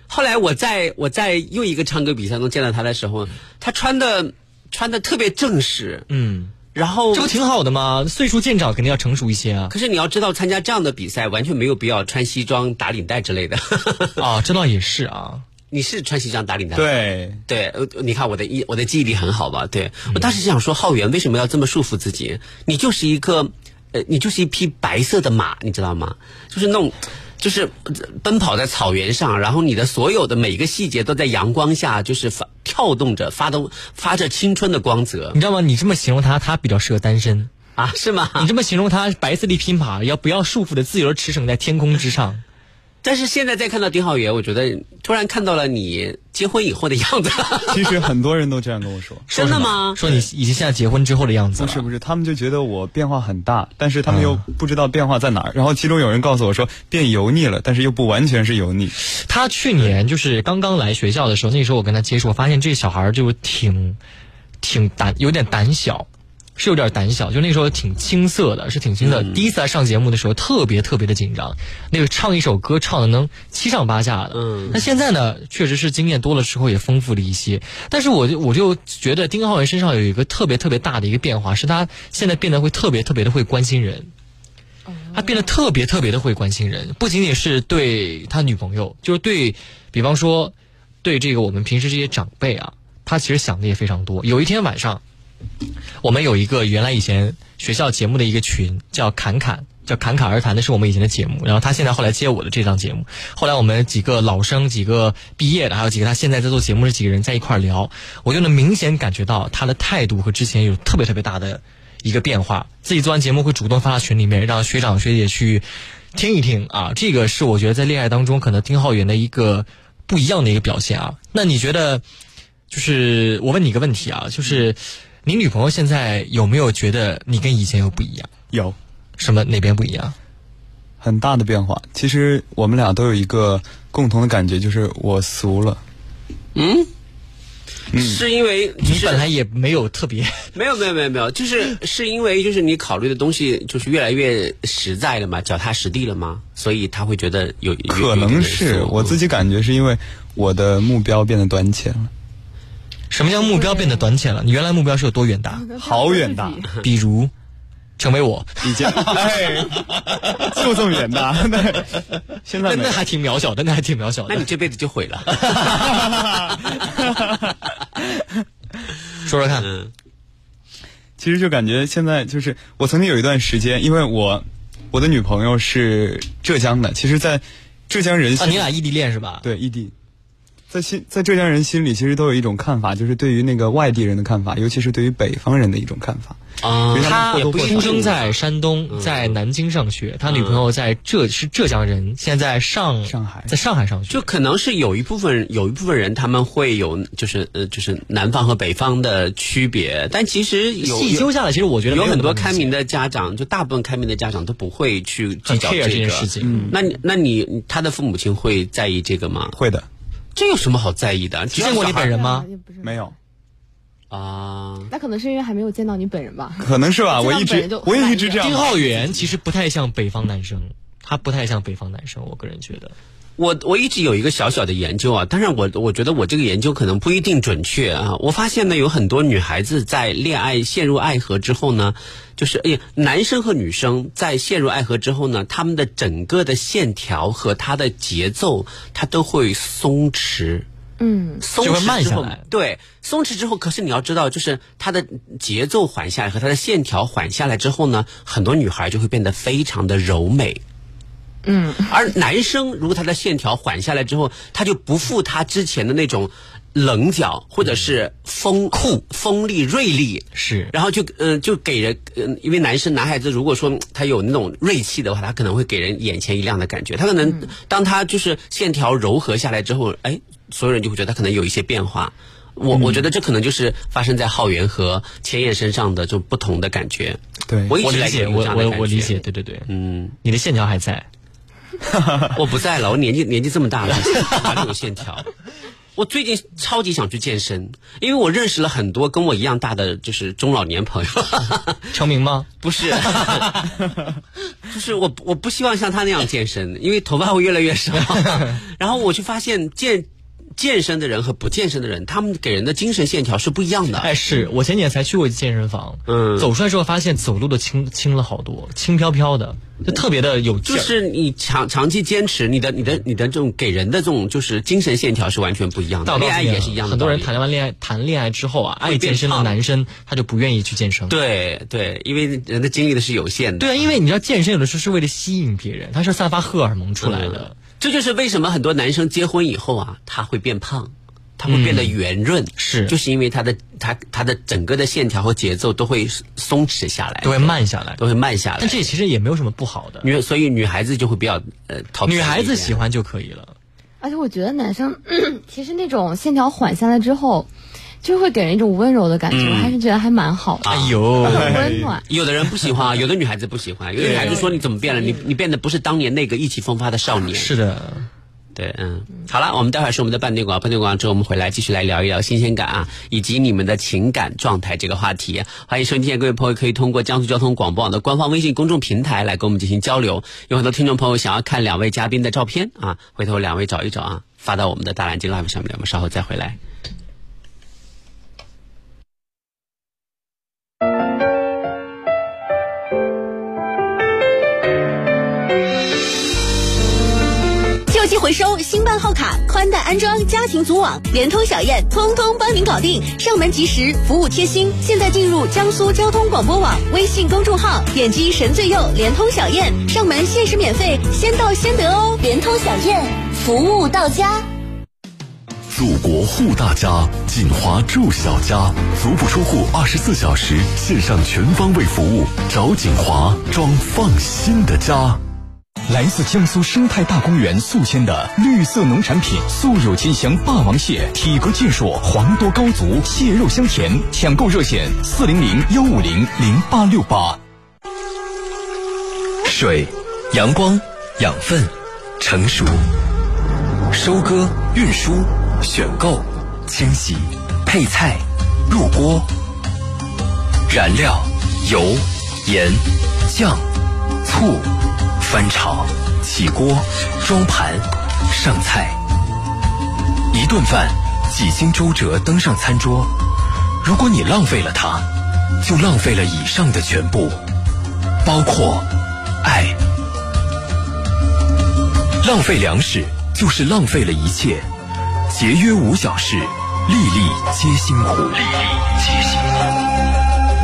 [SPEAKER 2] 后来我在我在又一个唱歌比赛中见到他的时候，他穿的穿的特别正式，
[SPEAKER 3] 嗯，
[SPEAKER 2] 然后
[SPEAKER 3] 这不挺好的吗？岁数渐长，肯定要成熟一些啊。
[SPEAKER 2] 可是你要知道，参加这样的比赛完全没有必要穿西装打领带之类的。 (laughs)
[SPEAKER 3] 啊，这倒也是啊。
[SPEAKER 2] 你是穿西装打领带吗？
[SPEAKER 4] 对，
[SPEAKER 2] (laughs) 对，呃你看我的一我的记忆力很好吧？对我当时想说，浩源为什么要这么束缚自己？你就是一个，呃，你就是一匹白色的马，你知道吗？就是那种。就是呃奔跑在草原上，然后你的所有的每一个细节都在阳光下，就是发跳动着，发都发着青春的光泽
[SPEAKER 3] 你知道吗？你这么形容他，他比较适合单身。
[SPEAKER 2] 啊，是吗？
[SPEAKER 3] 你这么形容他，白色的一匹马，要不要束缚的自由地驰骋在天空之上？
[SPEAKER 2] 但是现在再看到丁浩源，我觉得突然看到了你结婚以后的样子，
[SPEAKER 4] 其实很多人都这样跟我说。
[SPEAKER 2] (laughs) 真的吗？
[SPEAKER 3] 说你已经现在结婚之后的样子
[SPEAKER 4] 不
[SPEAKER 3] 了。
[SPEAKER 4] 是不是，他们就觉得我变化很大，但是他们
[SPEAKER 2] 啊
[SPEAKER 4] 又不知道变化在哪儿。然后其中有人告诉我说变油腻了，但是又不完全是油腻。
[SPEAKER 3] 他去年就是刚刚来学校的时候，那时候我跟他接触，我发现这小孩儿就挺挺胆，有点胆小，是有点胆小。就那时候挺青涩的，是挺青涩。第一次来上节目的时候，特别特别的紧张，那个唱一首歌唱的能七上八下的。嗯，那现在呢，确实是经验多了之后也丰富了一些。但是我就我就觉得丁浩源身上有一个特别特别大的一个变化，是他现在变得会特别特别的会关心人。他变得特别特别的会关心人，不仅仅是对他女朋友，就是对，比方说，对这个我们平时这些长辈啊，他其实想的也非常多。有一天晚上，我们有一个原来以前学校节目的一个群，叫侃侃，叫侃侃而谈，那是我们以前的节目。然后他现在后来接我的这档节目，后来我们几个老生、几个毕业的，还有几个他现在在做节目的几个人在一块儿聊，我就能明显感觉到他的态度和之前有特别特别大的一个变化。自己做完节目会主动发到群里面，让学长学姐去听一听啊。这个是我觉得在恋爱当中可能丁浩源的一个不一样的一个表现啊。那你觉得？就是我问你一个问题啊，就是你女朋友现在有没有觉得你跟以前有不一样？
[SPEAKER 4] 有
[SPEAKER 3] 什么哪边不一样？
[SPEAKER 4] 很大的变化。其实我们俩都有一个共同的感觉，就是我俗了。
[SPEAKER 2] 是因为就
[SPEAKER 3] 嗯你
[SPEAKER 2] 是
[SPEAKER 3] 本来也没有特别， (laughs)
[SPEAKER 2] 没有没有没有没有，就是是因为就是你考虑的东西就是越来越实在了嘛，脚踏实地了嘛，所以他会觉得有
[SPEAKER 4] 可能是我自
[SPEAKER 2] 己
[SPEAKER 4] 己感觉是因为我的目标变得短浅了，
[SPEAKER 3] 什么叫目标变得短浅了？你原来目标是有多远
[SPEAKER 2] (laughs)
[SPEAKER 3] 大？
[SPEAKER 4] 好远大，
[SPEAKER 3] 比如成为我，
[SPEAKER 4] 已经哎，就这么远大。对，现
[SPEAKER 3] 那
[SPEAKER 4] 在没
[SPEAKER 3] 那
[SPEAKER 4] 有。
[SPEAKER 3] 还挺渺小的，那还挺渺小
[SPEAKER 2] 那
[SPEAKER 3] 的
[SPEAKER 2] 你。这辈子就毁了。
[SPEAKER 3] 说说看，
[SPEAKER 4] 其实就感觉现在就是，我曾经有一段时间，因为我我的女朋友是浙江的，其实，在浙江人
[SPEAKER 3] 啊，
[SPEAKER 4] 心里、
[SPEAKER 3] 你俩异地恋是吧？
[SPEAKER 4] 对异地，在心在浙江人心里，其实都有一种看法，就是对于那个外地人的看法，尤其是对于北方人的一种看法。
[SPEAKER 2] 啊
[SPEAKER 4] 比如
[SPEAKER 3] 他
[SPEAKER 4] 或多或少
[SPEAKER 3] 出生在山东，在南京上
[SPEAKER 2] 嗯
[SPEAKER 3] 学，他女朋友在浙是浙江人，现在上
[SPEAKER 4] 上海
[SPEAKER 3] 在上海上学
[SPEAKER 2] 就。可能是有一部分有一部分人他们会有就是呃就是南方和北方的区别，但其实有
[SPEAKER 3] 细究下来，其实我觉得
[SPEAKER 2] 有
[SPEAKER 3] 没
[SPEAKER 2] 很
[SPEAKER 3] 那么
[SPEAKER 2] 多
[SPEAKER 3] 明
[SPEAKER 2] 开
[SPEAKER 3] 显
[SPEAKER 2] 明的家长，就大部分开明的家长都不会去计
[SPEAKER 3] 很
[SPEAKER 2] 较
[SPEAKER 3] care
[SPEAKER 2] 个
[SPEAKER 3] 这件事情
[SPEAKER 2] 那你那你他的父母亲会在意这个吗？
[SPEAKER 4] 会的，
[SPEAKER 2] 这有什么好在意的？只要
[SPEAKER 3] 见过你
[SPEAKER 2] 小孩
[SPEAKER 3] 本人
[SPEAKER 5] (laughs)
[SPEAKER 3] 吗？
[SPEAKER 5] 嗯
[SPEAKER 4] 没有，
[SPEAKER 2] 啊，
[SPEAKER 5] 那可能是因为还没有见到你本人吧。
[SPEAKER 4] 可能是吧？
[SPEAKER 5] 这
[SPEAKER 4] 我
[SPEAKER 5] 样
[SPEAKER 4] 一
[SPEAKER 5] 本人
[SPEAKER 4] 直
[SPEAKER 5] 就
[SPEAKER 4] 我也一直这样
[SPEAKER 3] 丁
[SPEAKER 4] 吧。
[SPEAKER 3] 浩源其实不太像北方男生，他不太像北方男生，我个人觉得。
[SPEAKER 2] 我我一直有一个小小的研究啊，当然我我觉得我这个研究可能不一定准确啊。我发现呢，有很多女孩子在恋爱陷入爱河之后呢，就是哎呀，男生和女生在陷入爱河之后呢，他们的整个的线条和他的节奏，他都会松弛。
[SPEAKER 5] 嗯，
[SPEAKER 2] 松
[SPEAKER 3] 就会慢
[SPEAKER 2] 弛之
[SPEAKER 3] 下
[SPEAKER 2] 后
[SPEAKER 3] 来，
[SPEAKER 2] 对，松弛之后，可是你要知道，就是它的节奏缓下来和它的线条缓下来之后呢，很多女孩就会变得非常的柔美。嗯，而男生如果他的线条缓下来之后，他就不复他之前的那种棱角或者是
[SPEAKER 3] 嗯
[SPEAKER 2] 锋酷、锋利、锐利，
[SPEAKER 3] 是
[SPEAKER 2] 然后就嗯、呃就给人嗯、因为男生男孩子如果说嗯他有那种锐气的话，他可能会给人眼前一亮的感觉。他可能、当他就是线条柔和下来之后，哎，所有人就会觉得他可能有一些变化。我、
[SPEAKER 3] 嗯
[SPEAKER 2] 我觉得这可能就是发生在浩源和千叶身上的就不同的感觉。
[SPEAKER 4] 对
[SPEAKER 2] 我一
[SPEAKER 3] 我
[SPEAKER 2] 直
[SPEAKER 3] 理
[SPEAKER 2] 在
[SPEAKER 3] 解，
[SPEAKER 2] 有
[SPEAKER 3] 我
[SPEAKER 2] 这样的
[SPEAKER 3] 我
[SPEAKER 2] 感
[SPEAKER 3] 我理
[SPEAKER 2] 觉
[SPEAKER 3] 解，对对对，
[SPEAKER 2] 嗯，
[SPEAKER 3] 你的线条还在，
[SPEAKER 2] (laughs) 我不在了，我年纪年纪这么大了，哪里有线 (laughs) 条？我最近超级想去健身，因为我认识了很多跟我一样大的就是中老年 (laughs) 朋友，
[SPEAKER 3] 成名吗？
[SPEAKER 2] 不是， (laughs) 就是我不我不希望像他那样健身，因为头发会越来越 (laughs) 少。然后我就发现健健身的人和不健身的人，他们给人的精神线条是不一样的。
[SPEAKER 3] 哎，是我前几年才去过一次健身房，
[SPEAKER 2] 嗯
[SPEAKER 3] 走出来之后发现走路都轻轻了好多，轻飘飘的，就特别的有劲
[SPEAKER 2] 就
[SPEAKER 3] 儿。
[SPEAKER 2] 是你长长期坚持，你的你的你的这种给人的这种就是精神线条是完全不一样
[SPEAKER 3] 但
[SPEAKER 2] 的，
[SPEAKER 3] 我告诉
[SPEAKER 2] 恋
[SPEAKER 3] 你啊
[SPEAKER 2] 爱也是一样的
[SPEAKER 3] 很
[SPEAKER 2] 道
[SPEAKER 3] 多
[SPEAKER 2] 理。
[SPEAKER 3] 人谈完恋爱谈恋爱之后啊，爱
[SPEAKER 2] 会变
[SPEAKER 3] 健身的
[SPEAKER 2] 胖
[SPEAKER 3] 男生他就不愿意去健身。
[SPEAKER 2] 对对，因为人的精力的是有限的。
[SPEAKER 3] 对啊，因为你知道健身有的时候是为了吸引别人，它是散发荷尔蒙出来的。
[SPEAKER 2] 这就是为什么很多男生结婚以后啊，他会变胖，他会变得圆润，
[SPEAKER 3] 嗯是
[SPEAKER 2] 就是因为他的他他的整个的线条和节奏都会松弛下来，
[SPEAKER 3] 都会慢下来
[SPEAKER 2] 都会慢下来
[SPEAKER 3] 但。这其实也没有什么不好的，
[SPEAKER 2] 女所以女孩子就会比较呃讨
[SPEAKER 3] 女孩子喜
[SPEAKER 2] 欢
[SPEAKER 3] 欢就可以了。
[SPEAKER 5] 而且我觉得男生 (clears throat) 其实那种线条缓下来之后，就会给人一种温柔的感觉，
[SPEAKER 2] 嗯
[SPEAKER 5] 我还是觉得还蛮好的，
[SPEAKER 2] 啊
[SPEAKER 3] 哎呦，
[SPEAKER 5] 很温暖。
[SPEAKER 2] 有的人不喜欢啊，有的女孩子不喜欢，有的女孩子说你怎么变了？你你变得不是当年那个意气风发的少年。
[SPEAKER 3] 是的，
[SPEAKER 2] 对，嗯，好了，我们待会儿是我们的半内广，半内广之后我们回来继续来聊一聊新鲜感啊，以及你们的情感状态这个话题。欢迎收听，各位朋友可以通过江苏交通广播网的官方微信公众平台来跟我们进行交流。有很多听众朋友想要看两位嘉宾的照片啊，回头两位找一找啊，发到我们的大蓝鲸 live 上面，我们稍后再回来。
[SPEAKER 1] 旧机回收，新办号卡，宽带安装，家庭组网，联通小燕，通通帮您搞定。上门及时，服务贴心。现在进入江苏交通广播网微信公众号，点击神最右联通小燕，上门限时免费，先到先得哦。联通小燕，服务到家。
[SPEAKER 6] 祖国护大家，锦华住小家，足不出户，二十四小时线上全方位服务，找锦华装放心的家。
[SPEAKER 7] 来自江苏生态大公园宿迁的绿色农产品，素有“金祥霸王蟹”，体格健硕，黄多高足，蟹肉香甜。抢购热线：四零零幺五零零八六八。
[SPEAKER 6] 水、阳光、养分、成熟、收割、运输、选购、清洗、配菜、入锅、燃料、油、盐、酱、醋、翻炒、起锅、装盘、上菜。一顿饭几经周折登上餐桌，如果你浪费了它，就浪费了以上的全部。包括爱。浪费粮食就是浪费了一切，节约无小事，粒粒皆辛苦。粒粒皆辛苦。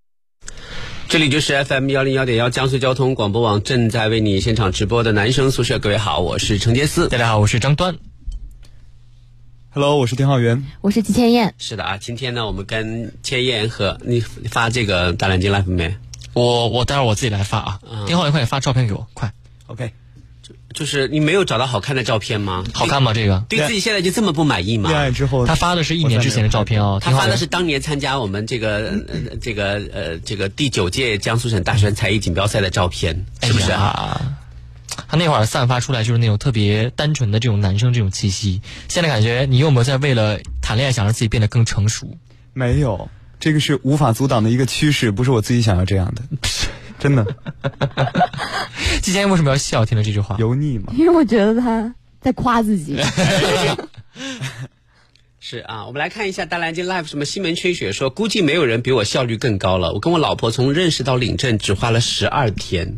[SPEAKER 2] 这里就是 FM 幺零幺点幺江苏交通广播网正在为你现场直播的男生宿舍，各位好，我是程杰思。
[SPEAKER 3] 大家好，我是张端。
[SPEAKER 4] Hello，我是丁浩源。
[SPEAKER 5] 我是季
[SPEAKER 3] (laughs)
[SPEAKER 5] 千燕，
[SPEAKER 2] 是的啊，今天呢，我们跟千燕和你你发这个大蓝鲸 live 没？
[SPEAKER 3] 我我待会儿我自己来发啊，丁浩，你快点发照片给我，快，
[SPEAKER 4] OK，
[SPEAKER 2] 就是你没有找到好看的照片吗？
[SPEAKER 3] 好看吗？这个
[SPEAKER 2] 对，对自己现在就这么不满意
[SPEAKER 4] 恋
[SPEAKER 2] 吗？
[SPEAKER 4] 爱之后，
[SPEAKER 3] 他发的是一年之前的照片哦，
[SPEAKER 2] 他
[SPEAKER 3] 丁浩
[SPEAKER 2] 发的
[SPEAKER 3] 源
[SPEAKER 2] 是当年参加我们这个呃这个呃这个第九届江苏省大学才艺锦标赛的照片，是不是
[SPEAKER 3] 哎
[SPEAKER 2] 啊？
[SPEAKER 3] 呀他那会儿散发出来就是那种特别单纯的这种男生这种气息。现在感觉你有没有在为了谈恋爱想让自己变得更成熟？
[SPEAKER 4] 没有，这个是无法阻挡的一个趋势，不是我自己想要这样的， (laughs) 真的。
[SPEAKER 3] 季佳音为什么要笑？听了这句话，
[SPEAKER 4] 油腻吗？
[SPEAKER 5] 因为我觉得他在夸自己。
[SPEAKER 2] 是啊，我们来看一下大蓝鲸 live 什么西门吹雪说，估计没有人比我效率更高了。我跟我老婆从认识到领证只花了十二天，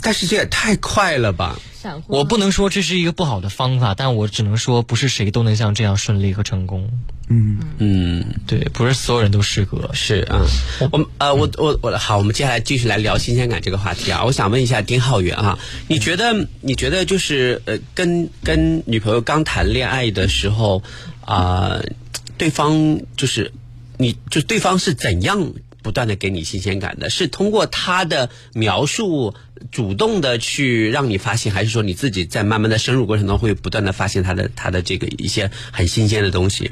[SPEAKER 2] 但是这也太快了吧！
[SPEAKER 5] 闪婚
[SPEAKER 3] 我不能说这是一个不好的方法，但我只能说不是谁都能像这样顺利和成功。
[SPEAKER 4] 嗯
[SPEAKER 2] 嗯，
[SPEAKER 3] 对，不是所有人都适合。
[SPEAKER 2] 是啊，我们呃，我我我好，我们接下来继续来聊新鲜感这个话题啊。我想问一下丁浩源啊，你觉得你觉得就是呃，跟跟女朋友刚谈恋爱的时候啊、对方就是你就对方是怎样不断的给你新鲜感的？是通过他的描述主动的去让你发现，还是说你自己在慢慢的深入过程中会不断的发现他的他的这个一些很新鲜的东西？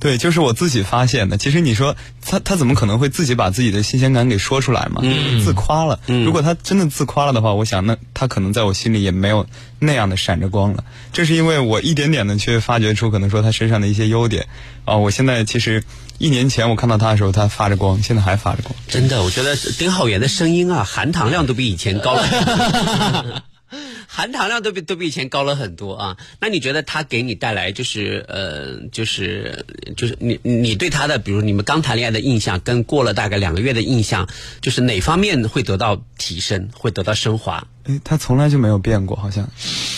[SPEAKER 4] 对，就是我自己发现的。其实你说他他怎么可能会自己把自己的新鲜感给说出来嘛？自夸了。如果他真的自夸了的话，我想那他可能在我心里也没有那样的闪着光了。这是因为我一点点的去发掘出可能说他身上的一些优点啊、我现在其实一年前我看到他的时候，他发着光，现在还发着光。
[SPEAKER 2] 真的，我觉得丁浩源的声音啊，含糖量都比以前高了， (laughs) 含糖量都比都比以前高了很多啊。那你觉得他给你带来就是呃，就是就是你你对他的，比如你们刚谈恋爱的印象，跟过了大概两个月的印象，就是哪方面会得到提升，会得到升华？
[SPEAKER 4] 哎，他从来就没有变过，好像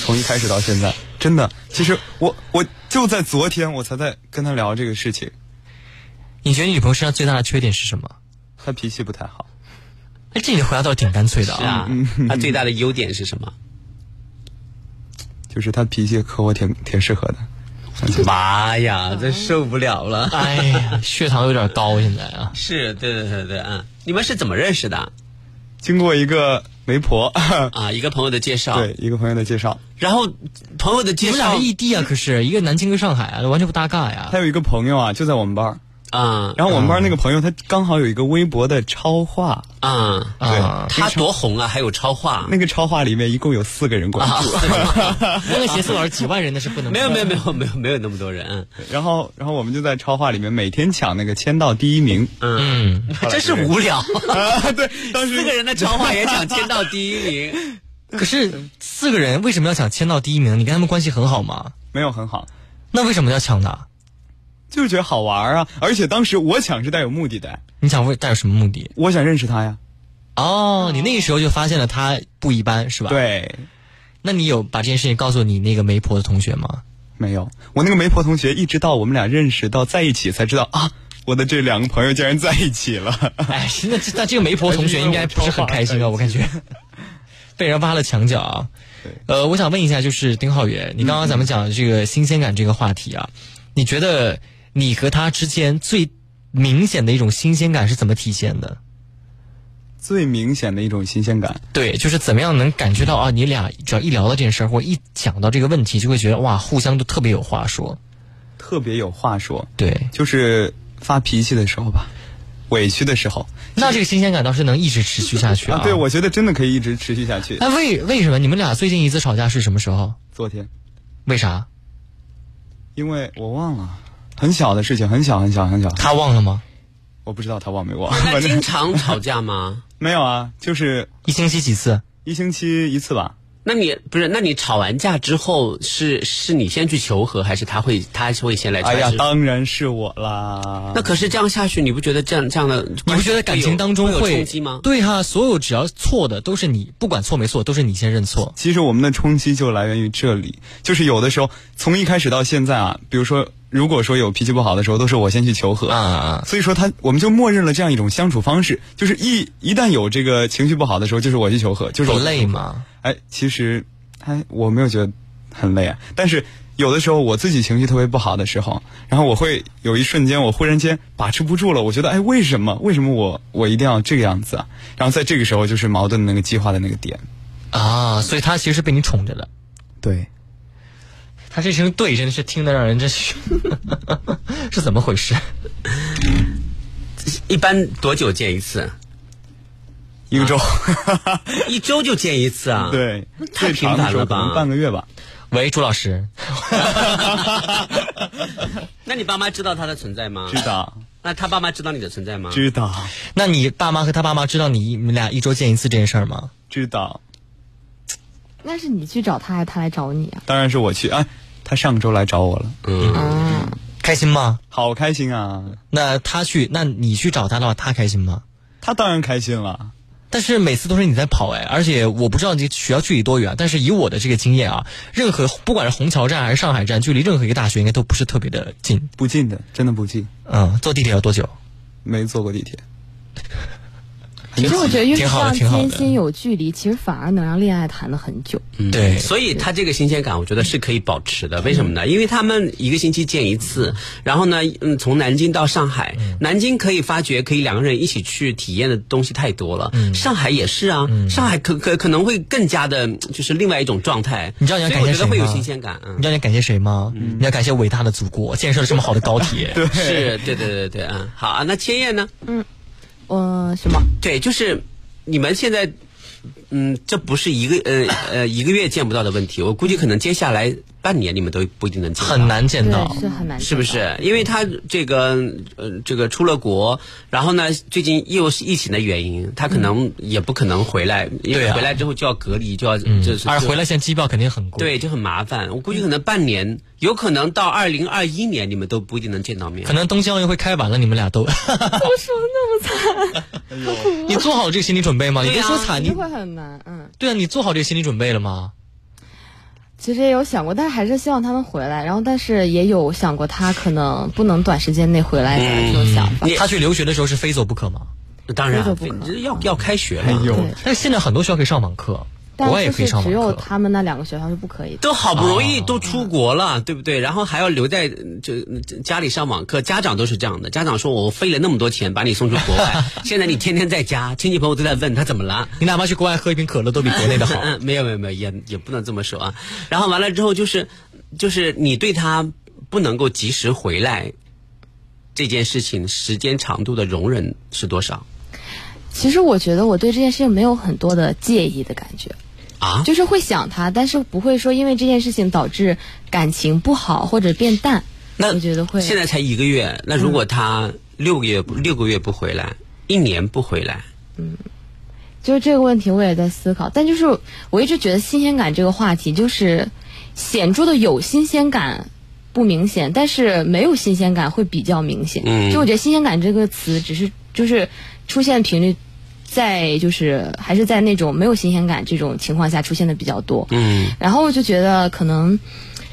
[SPEAKER 4] 从一开始到现在，真的。其实我我就在昨天我才在跟他聊这个事情，
[SPEAKER 3] 你觉得你女朋友身上最大的缺点是什么？
[SPEAKER 4] 他脾气不太好。
[SPEAKER 3] 哎，这你的回答倒是挺干脆的
[SPEAKER 2] 是
[SPEAKER 3] 啊。
[SPEAKER 2] 啊，他最大的优点是什么？
[SPEAKER 4] 就是他脾气和我挺挺适合的。
[SPEAKER 2] 妈呀，这受不了了！
[SPEAKER 3] 哎呀，血糖有点高现在啊。
[SPEAKER 2] (laughs) 是对对对对啊！你们是怎么认识的
[SPEAKER 4] 经过一个媒婆，
[SPEAKER 2] 啊？一个朋友的介绍，
[SPEAKER 4] (laughs) 对一个朋友的介绍，
[SPEAKER 2] 然后朋友的
[SPEAKER 3] 你
[SPEAKER 2] 介
[SPEAKER 3] 们俩
[SPEAKER 2] 绍
[SPEAKER 3] 是异地啊，可是一个南京，一个上海啊，完全不搭嘎呀
[SPEAKER 4] 他。有一个朋友啊，就在我们班儿。
[SPEAKER 2] 啊
[SPEAKER 4] 然后我们班儿那个朋友，他刚好有一个微博的超话，
[SPEAKER 2] 啊
[SPEAKER 3] 啊，
[SPEAKER 2] 他多红啊，还有超话。
[SPEAKER 4] 那个超话里面一共有四个人关注。
[SPEAKER 2] 啊
[SPEAKER 3] 那个写四老师几万人那是不能。
[SPEAKER 2] 没 (laughs) 有没有没有没有没有那么多人，
[SPEAKER 4] (laughs) 然后，然后我们就在超话里面每天抢那个签到第一名。
[SPEAKER 3] 嗯，
[SPEAKER 2] 真是无聊。
[SPEAKER 4] 啊，对，当时
[SPEAKER 2] 四个人的超话也想签到第一名，
[SPEAKER 3] 可是四个人为什么要想签到第一名？你跟他们关系很好吗？
[SPEAKER 4] 没有很好，
[SPEAKER 3] 那为什么要抢他？
[SPEAKER 4] 就是觉得好玩儿啊。而且当时我抢是带有目的的，
[SPEAKER 3] 你想为带有什么目的？
[SPEAKER 4] 我想认识他呀。
[SPEAKER 3] 哦，你那个时候就发现了他不一般，
[SPEAKER 2] 啊
[SPEAKER 3] 是吧？。
[SPEAKER 4] 对，
[SPEAKER 3] 那你有把这件事情告诉你那个媒婆的同学吗？
[SPEAKER 4] 没有，我那个媒婆同学一直到我们俩认识到在一起才知道啊，我的这两个朋友竟然在一起了。
[SPEAKER 3] (laughs) 哎，那这那这个媒婆同学应该不是很开心啊，我感觉 (laughs) 被人挖了墙角啊。呃，我想问一下，就是丁浩源，你刚刚咱们讲的这个新鲜感这个话题啊，你觉得你和他之间最明显的一种新鲜感是怎么体现的？
[SPEAKER 4] 最明显的一种新鲜感，
[SPEAKER 3] 对，就是怎么样能感觉到啊？你俩只要一聊到这件事儿，或者一讲到这个问题，就会觉得哇，互相都特别有话说。
[SPEAKER 4] 特别有话说，
[SPEAKER 3] 对，
[SPEAKER 4] 就是发脾气的时候吧，委屈的时候
[SPEAKER 3] 那这个新鲜感倒是能一直持续下去啊。
[SPEAKER 4] 啊。对，我觉得真的可以一直持续下去。
[SPEAKER 3] 哎，为为什么你们俩最近一次吵架是什么时候？
[SPEAKER 4] 昨天，
[SPEAKER 3] 为啥？
[SPEAKER 4] 因为我忘了，很小的事情，很小很小很小，
[SPEAKER 3] 他忘了吗？
[SPEAKER 4] 我不知道他忘没忘，
[SPEAKER 2] 那
[SPEAKER 4] 反
[SPEAKER 2] 经
[SPEAKER 4] 正
[SPEAKER 2] 常吵架吗？
[SPEAKER 4] 没有啊，就是
[SPEAKER 3] 一星期几次？
[SPEAKER 4] 一星期一次吧。
[SPEAKER 2] 那你不是？那你吵完架之后是是你先去求和，还是他会他会先来？
[SPEAKER 4] 哎呀，当然是我啦
[SPEAKER 2] 那。可是这样下去，你不觉得这样这样的
[SPEAKER 3] 你
[SPEAKER 2] 关
[SPEAKER 3] 不
[SPEAKER 2] 系
[SPEAKER 3] 觉得感情当中
[SPEAKER 2] 会有
[SPEAKER 3] 会
[SPEAKER 2] 冲击吗？
[SPEAKER 3] 对哈、所有只要错的都是你，不管错没错，都是你先认错。
[SPEAKER 4] 其实我们的冲击就来源于这里，就是有的时候从一开始到现在啊，比如说，如果说有脾气不好的时候，都是我先去求和
[SPEAKER 3] 啊啊啊
[SPEAKER 4] 所以说他我们就默认了这样一种相处方式，就是一一旦有这个情绪不好的时候，就是我去求和，就是
[SPEAKER 3] 不
[SPEAKER 4] 我去
[SPEAKER 3] 累吗？
[SPEAKER 4] 哎，其实，哎，我没有觉得很累啊，但是有的时候我自己情绪特别不好的时候，然后我会有一瞬间，我忽然间把持不住了，我觉得，哎，为什么？为什么我我一定要这个样子啊？然后在这个时候就是矛盾的那个激化的那个点。
[SPEAKER 3] 啊，所以他其实是被你宠着的。
[SPEAKER 4] 对，
[SPEAKER 3] 他这声对真的是听得让人真是 (laughs) 是怎么回事？
[SPEAKER 2] 一般多久见一次？
[SPEAKER 4] 一个周，
[SPEAKER 2] 一周就见一次啊？
[SPEAKER 4] 对，
[SPEAKER 2] 太频繁了吧？
[SPEAKER 4] 半个月吧。
[SPEAKER 3] 喂，朱老师，
[SPEAKER 2] 那你爸妈知道他的存在吗？
[SPEAKER 4] 知道。
[SPEAKER 2] 那他爸妈知道你的存在吗？
[SPEAKER 4] 知道。
[SPEAKER 3] 那你爸妈和他爸妈知道你你们俩一周见一次这件事儿吗？
[SPEAKER 4] 知道。
[SPEAKER 5] 那是你去找他，还是他来找你啊？
[SPEAKER 4] 当然是我去。哎，他上周来找我了。
[SPEAKER 3] 嗯。开心吗？
[SPEAKER 4] 好开心啊！
[SPEAKER 3] 那他去，那你去找他的话，他开心吗？
[SPEAKER 4] 他当然开心了。
[SPEAKER 3] 但是每次都是你在跑哎，而且我不知道这学校距离多远，但是以我的这个经验啊，任何不管是虹桥站还是上海站，距离任何一个大学应该都不是特别的近，
[SPEAKER 4] 不近的，真的不近。
[SPEAKER 3] 嗯，坐地铁要多久？
[SPEAKER 4] 没坐过地铁。
[SPEAKER 5] 其实我觉得越
[SPEAKER 3] 挺好的
[SPEAKER 5] 上
[SPEAKER 3] 挺好的
[SPEAKER 5] 天心有距离，其实反而能让恋爱谈的很久。
[SPEAKER 2] 嗯
[SPEAKER 3] 对
[SPEAKER 2] 所以他这个新鲜感，我觉得是可以保持的。为什么呢？因为他们一个星期见一次，然后呢，嗯，从南京到上海，
[SPEAKER 3] 嗯
[SPEAKER 2] 南京可以发觉可以两个人一起去体验的东西太多了。
[SPEAKER 3] 嗯
[SPEAKER 2] 上海也是啊，上海可可可能会更加的，就是另外一种状态。
[SPEAKER 3] 你知道你要啊
[SPEAKER 2] 所以
[SPEAKER 3] 感
[SPEAKER 2] 我
[SPEAKER 3] 谢
[SPEAKER 2] 觉
[SPEAKER 3] 谁
[SPEAKER 2] 得
[SPEAKER 3] 吗？
[SPEAKER 2] 会有新鲜感。嗯
[SPEAKER 3] 你知，道你要感谢谁吗？你要感谢伟大的祖国，建设了这么好的高铁。对，
[SPEAKER 2] 是， (laughs) 对对对对，嗯，好啊。那千叶呢？
[SPEAKER 5] 嗯、什么？
[SPEAKER 2] 对，就是你们现在，嗯，这不是一个呃呃一个月见不到的问题，我估计可能接下来半年你们都不一定能见到。
[SPEAKER 3] 很难见到嗯
[SPEAKER 5] 对，。是很难，
[SPEAKER 2] 是不？是？因为他这个呃，这个出了国，然后呢，最近又是疫情的原因，他可能也不可能回来，因为
[SPEAKER 3] 嗯对啊
[SPEAKER 2] 回来之后就要隔离，就要
[SPEAKER 3] 嗯
[SPEAKER 2] 就是
[SPEAKER 3] 而回来现在机票肯定很贵，
[SPEAKER 2] 对，就很麻烦。我估计可能半年，有可能到二零二一年你们都不一定能见到面
[SPEAKER 3] 可。能东京奥运会开完了，你们俩都。你做好这个心理准备
[SPEAKER 2] 啊
[SPEAKER 3] 吗？你别说惨，
[SPEAKER 5] 一
[SPEAKER 3] 你
[SPEAKER 5] 定会很难。嗯，
[SPEAKER 3] 对啊，你做好这个心理准备了吗？
[SPEAKER 5] 其实也有想过，但是还是希望他们回来。然后，但是也有想过他可能不能短时间内回来的这种想法。
[SPEAKER 3] 他去留学的时候是非走不可吗？
[SPEAKER 2] 当然啊
[SPEAKER 5] 这个不可，能
[SPEAKER 2] 要要开学了，
[SPEAKER 4] 哎呦，
[SPEAKER 5] 对
[SPEAKER 3] 但是现在很多学校可以上网课，国
[SPEAKER 5] 但
[SPEAKER 3] 外也
[SPEAKER 5] 就
[SPEAKER 3] 可以
[SPEAKER 5] 是
[SPEAKER 3] 上
[SPEAKER 5] 只
[SPEAKER 3] 网
[SPEAKER 5] 有
[SPEAKER 3] 课。
[SPEAKER 5] 他们那两个学校是不可以的。
[SPEAKER 2] 都好不容
[SPEAKER 3] 哦
[SPEAKER 2] 易都出国了，对不对？然后还要留在嗯就嗯家里上网课，家长都是这样的。家长说我费了那么多钱把你送出国
[SPEAKER 3] (laughs)
[SPEAKER 2] 外，现在你天天在家，亲戚朋友都在问他怎么了。
[SPEAKER 3] 你哪怕去国外喝一瓶可乐，都比国内的
[SPEAKER 5] (laughs)
[SPEAKER 3] 好。
[SPEAKER 2] 嗯，没有没有没有，也也不能这么说啊。然后完了之后，就是就是你对他不能够及时回来这件事情，时间长度的容忍是多少
[SPEAKER 5] 其实我觉得我对这件事情没有很多的介意的感觉，
[SPEAKER 2] 啊？
[SPEAKER 5] 就是会想他，但是不会说因为这件事情导致感情不好或者变淡。
[SPEAKER 2] 那
[SPEAKER 5] 我觉得会。嗯
[SPEAKER 2] 现在才一个月，那如果他六个月不、六个月不回来，一年不回来，
[SPEAKER 5] 就是这个问题，我也在思考，但就是我一直觉得新鲜感这个话题，就是显著的有新鲜感不明显，但是没有新鲜感会比较明显。
[SPEAKER 2] 嗯
[SPEAKER 5] 就我觉得“新鲜感”这个词，只是就是出现频率在就是还是在那种没有新鲜感这种情况下出现的比较多。
[SPEAKER 2] 嗯
[SPEAKER 5] 然后我就觉得可能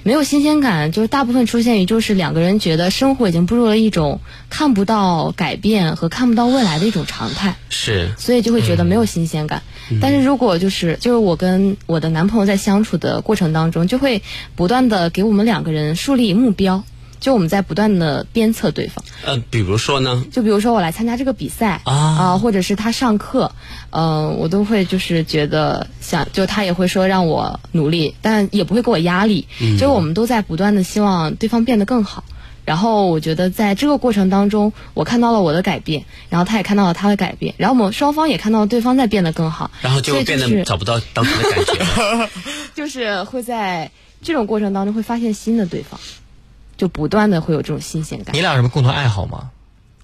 [SPEAKER 5] 没有新鲜感，就是大部分出现于就是两个人觉得生活已经步入了一种看不到改变和看不到未来的一种常态。
[SPEAKER 2] 是嗯
[SPEAKER 5] 所以就会觉得没有新鲜感。但是如果就是就是我跟我的男朋友在相处的过程当中，就会不断的给我们两个人树立目标，就我们在不断的鞭策对方。
[SPEAKER 2] 呃，比如说呢？
[SPEAKER 5] 就比如说我来参加这个比赛
[SPEAKER 2] 啊
[SPEAKER 5] 或者是他上课，嗯、我都会就是觉得想，就他也会说让我努力，但也不会给我压力，
[SPEAKER 2] 嗯
[SPEAKER 5] 就是我们都在不断的希望对方变得更好。然后我觉得在这个过程当中，我看到了我的改变，然后他也看到了他的改变，然后我们双方也看到了对方在变得更好，
[SPEAKER 2] 然后就
[SPEAKER 5] 所以
[SPEAKER 2] 变
[SPEAKER 5] 是
[SPEAKER 2] 得找不到当时的感
[SPEAKER 3] (laughs)
[SPEAKER 2] 觉了。
[SPEAKER 5] 就是会在这种过程当中会发现新的对方，就不断的会有这种新鲜感
[SPEAKER 3] 你，俩有什么共同爱好吗？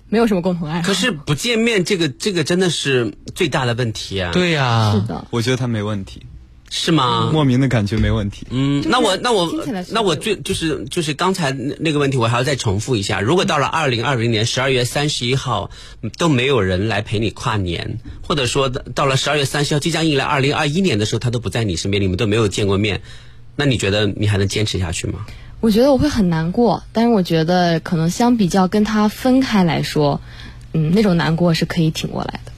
[SPEAKER 5] 没有什么共同爱好。
[SPEAKER 2] 可是不见面，这个这个真的是最大的问题啊！，
[SPEAKER 3] 对呀、
[SPEAKER 5] 嗯是的，
[SPEAKER 4] 我觉得他没问题，
[SPEAKER 2] 是吗？
[SPEAKER 4] 莫名的感觉没问题。
[SPEAKER 2] 嗯，
[SPEAKER 5] 就是
[SPEAKER 2] 那我那我
[SPEAKER 5] 听起来是
[SPEAKER 2] 那我
[SPEAKER 5] 会有
[SPEAKER 2] 最就是就是刚才那那个问题，我还要再重复一下。如果到了二零二零年十二月三十一号嗯都没有人来陪你跨年，或者说到了十二月三十号即将迎来二零二一年的时候，他都不在你身边，你们都没有见过面，那你觉得你还能坚持下去吗？
[SPEAKER 5] 我觉得我会很难过，但是我觉得可能相比较跟他分开来说，嗯，那种难过是可以挺过来的。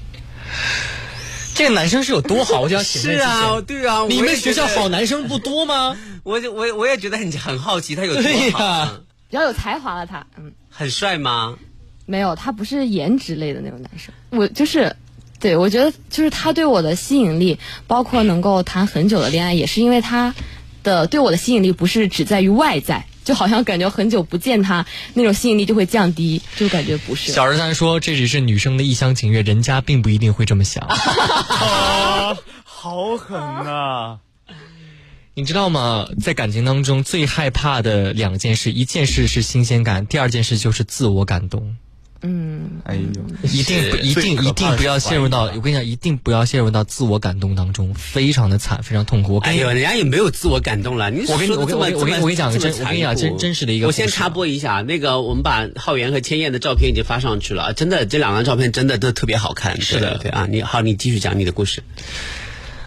[SPEAKER 3] 这个男生是有多好？我就想请问一下，
[SPEAKER 2] 对啊
[SPEAKER 3] 你们学校好，男生不多吗？
[SPEAKER 2] 我就我也我也觉得很很好奇他有多
[SPEAKER 3] 对呀、
[SPEAKER 2] 好，
[SPEAKER 5] 比较有才华了他，嗯，
[SPEAKER 2] 很帅吗？
[SPEAKER 5] 没有，他不是颜值类的那种男生，我就是。对，我觉得就是他对我的吸引力，包括能够谈很久的恋爱，也是因为他的对我的吸引力不是只在于外在，就好像感觉很久不见他，那种吸引力就会降低，就感觉不是。
[SPEAKER 3] 小人三说这只是女生的一厢情愿，人家并不一定会这么想。
[SPEAKER 4] 啊，好狠啊呐、
[SPEAKER 3] (laughs) 你知道吗？在感情当中最害怕的两件事，一件事是新鲜感，第二件事就是自我感动。
[SPEAKER 5] 嗯，
[SPEAKER 4] 哎呦，
[SPEAKER 3] 一定不一定一定不要陷入到，我跟你讲，一定不要陷入到自我感动当中，非常的惨，非常痛苦。我跟
[SPEAKER 2] 哎
[SPEAKER 3] 你
[SPEAKER 2] 呦，人家也没有自我感动了。你
[SPEAKER 3] 我跟
[SPEAKER 2] 说得
[SPEAKER 3] 我跟
[SPEAKER 2] 这么
[SPEAKER 3] 我跟我跟
[SPEAKER 2] 这么
[SPEAKER 3] 我跟你讲个
[SPEAKER 2] 这么
[SPEAKER 3] 真我跟你讲
[SPEAKER 2] 残酷
[SPEAKER 3] 真真实的一个
[SPEAKER 2] 我先
[SPEAKER 3] 故事啊
[SPEAKER 2] 插播一下，那个我们把浩源和千燕的照片已经发上去了，啊真的这两张照片真的都特别好看。
[SPEAKER 3] 是的
[SPEAKER 2] 对对啊，你好，你继续讲你的故事。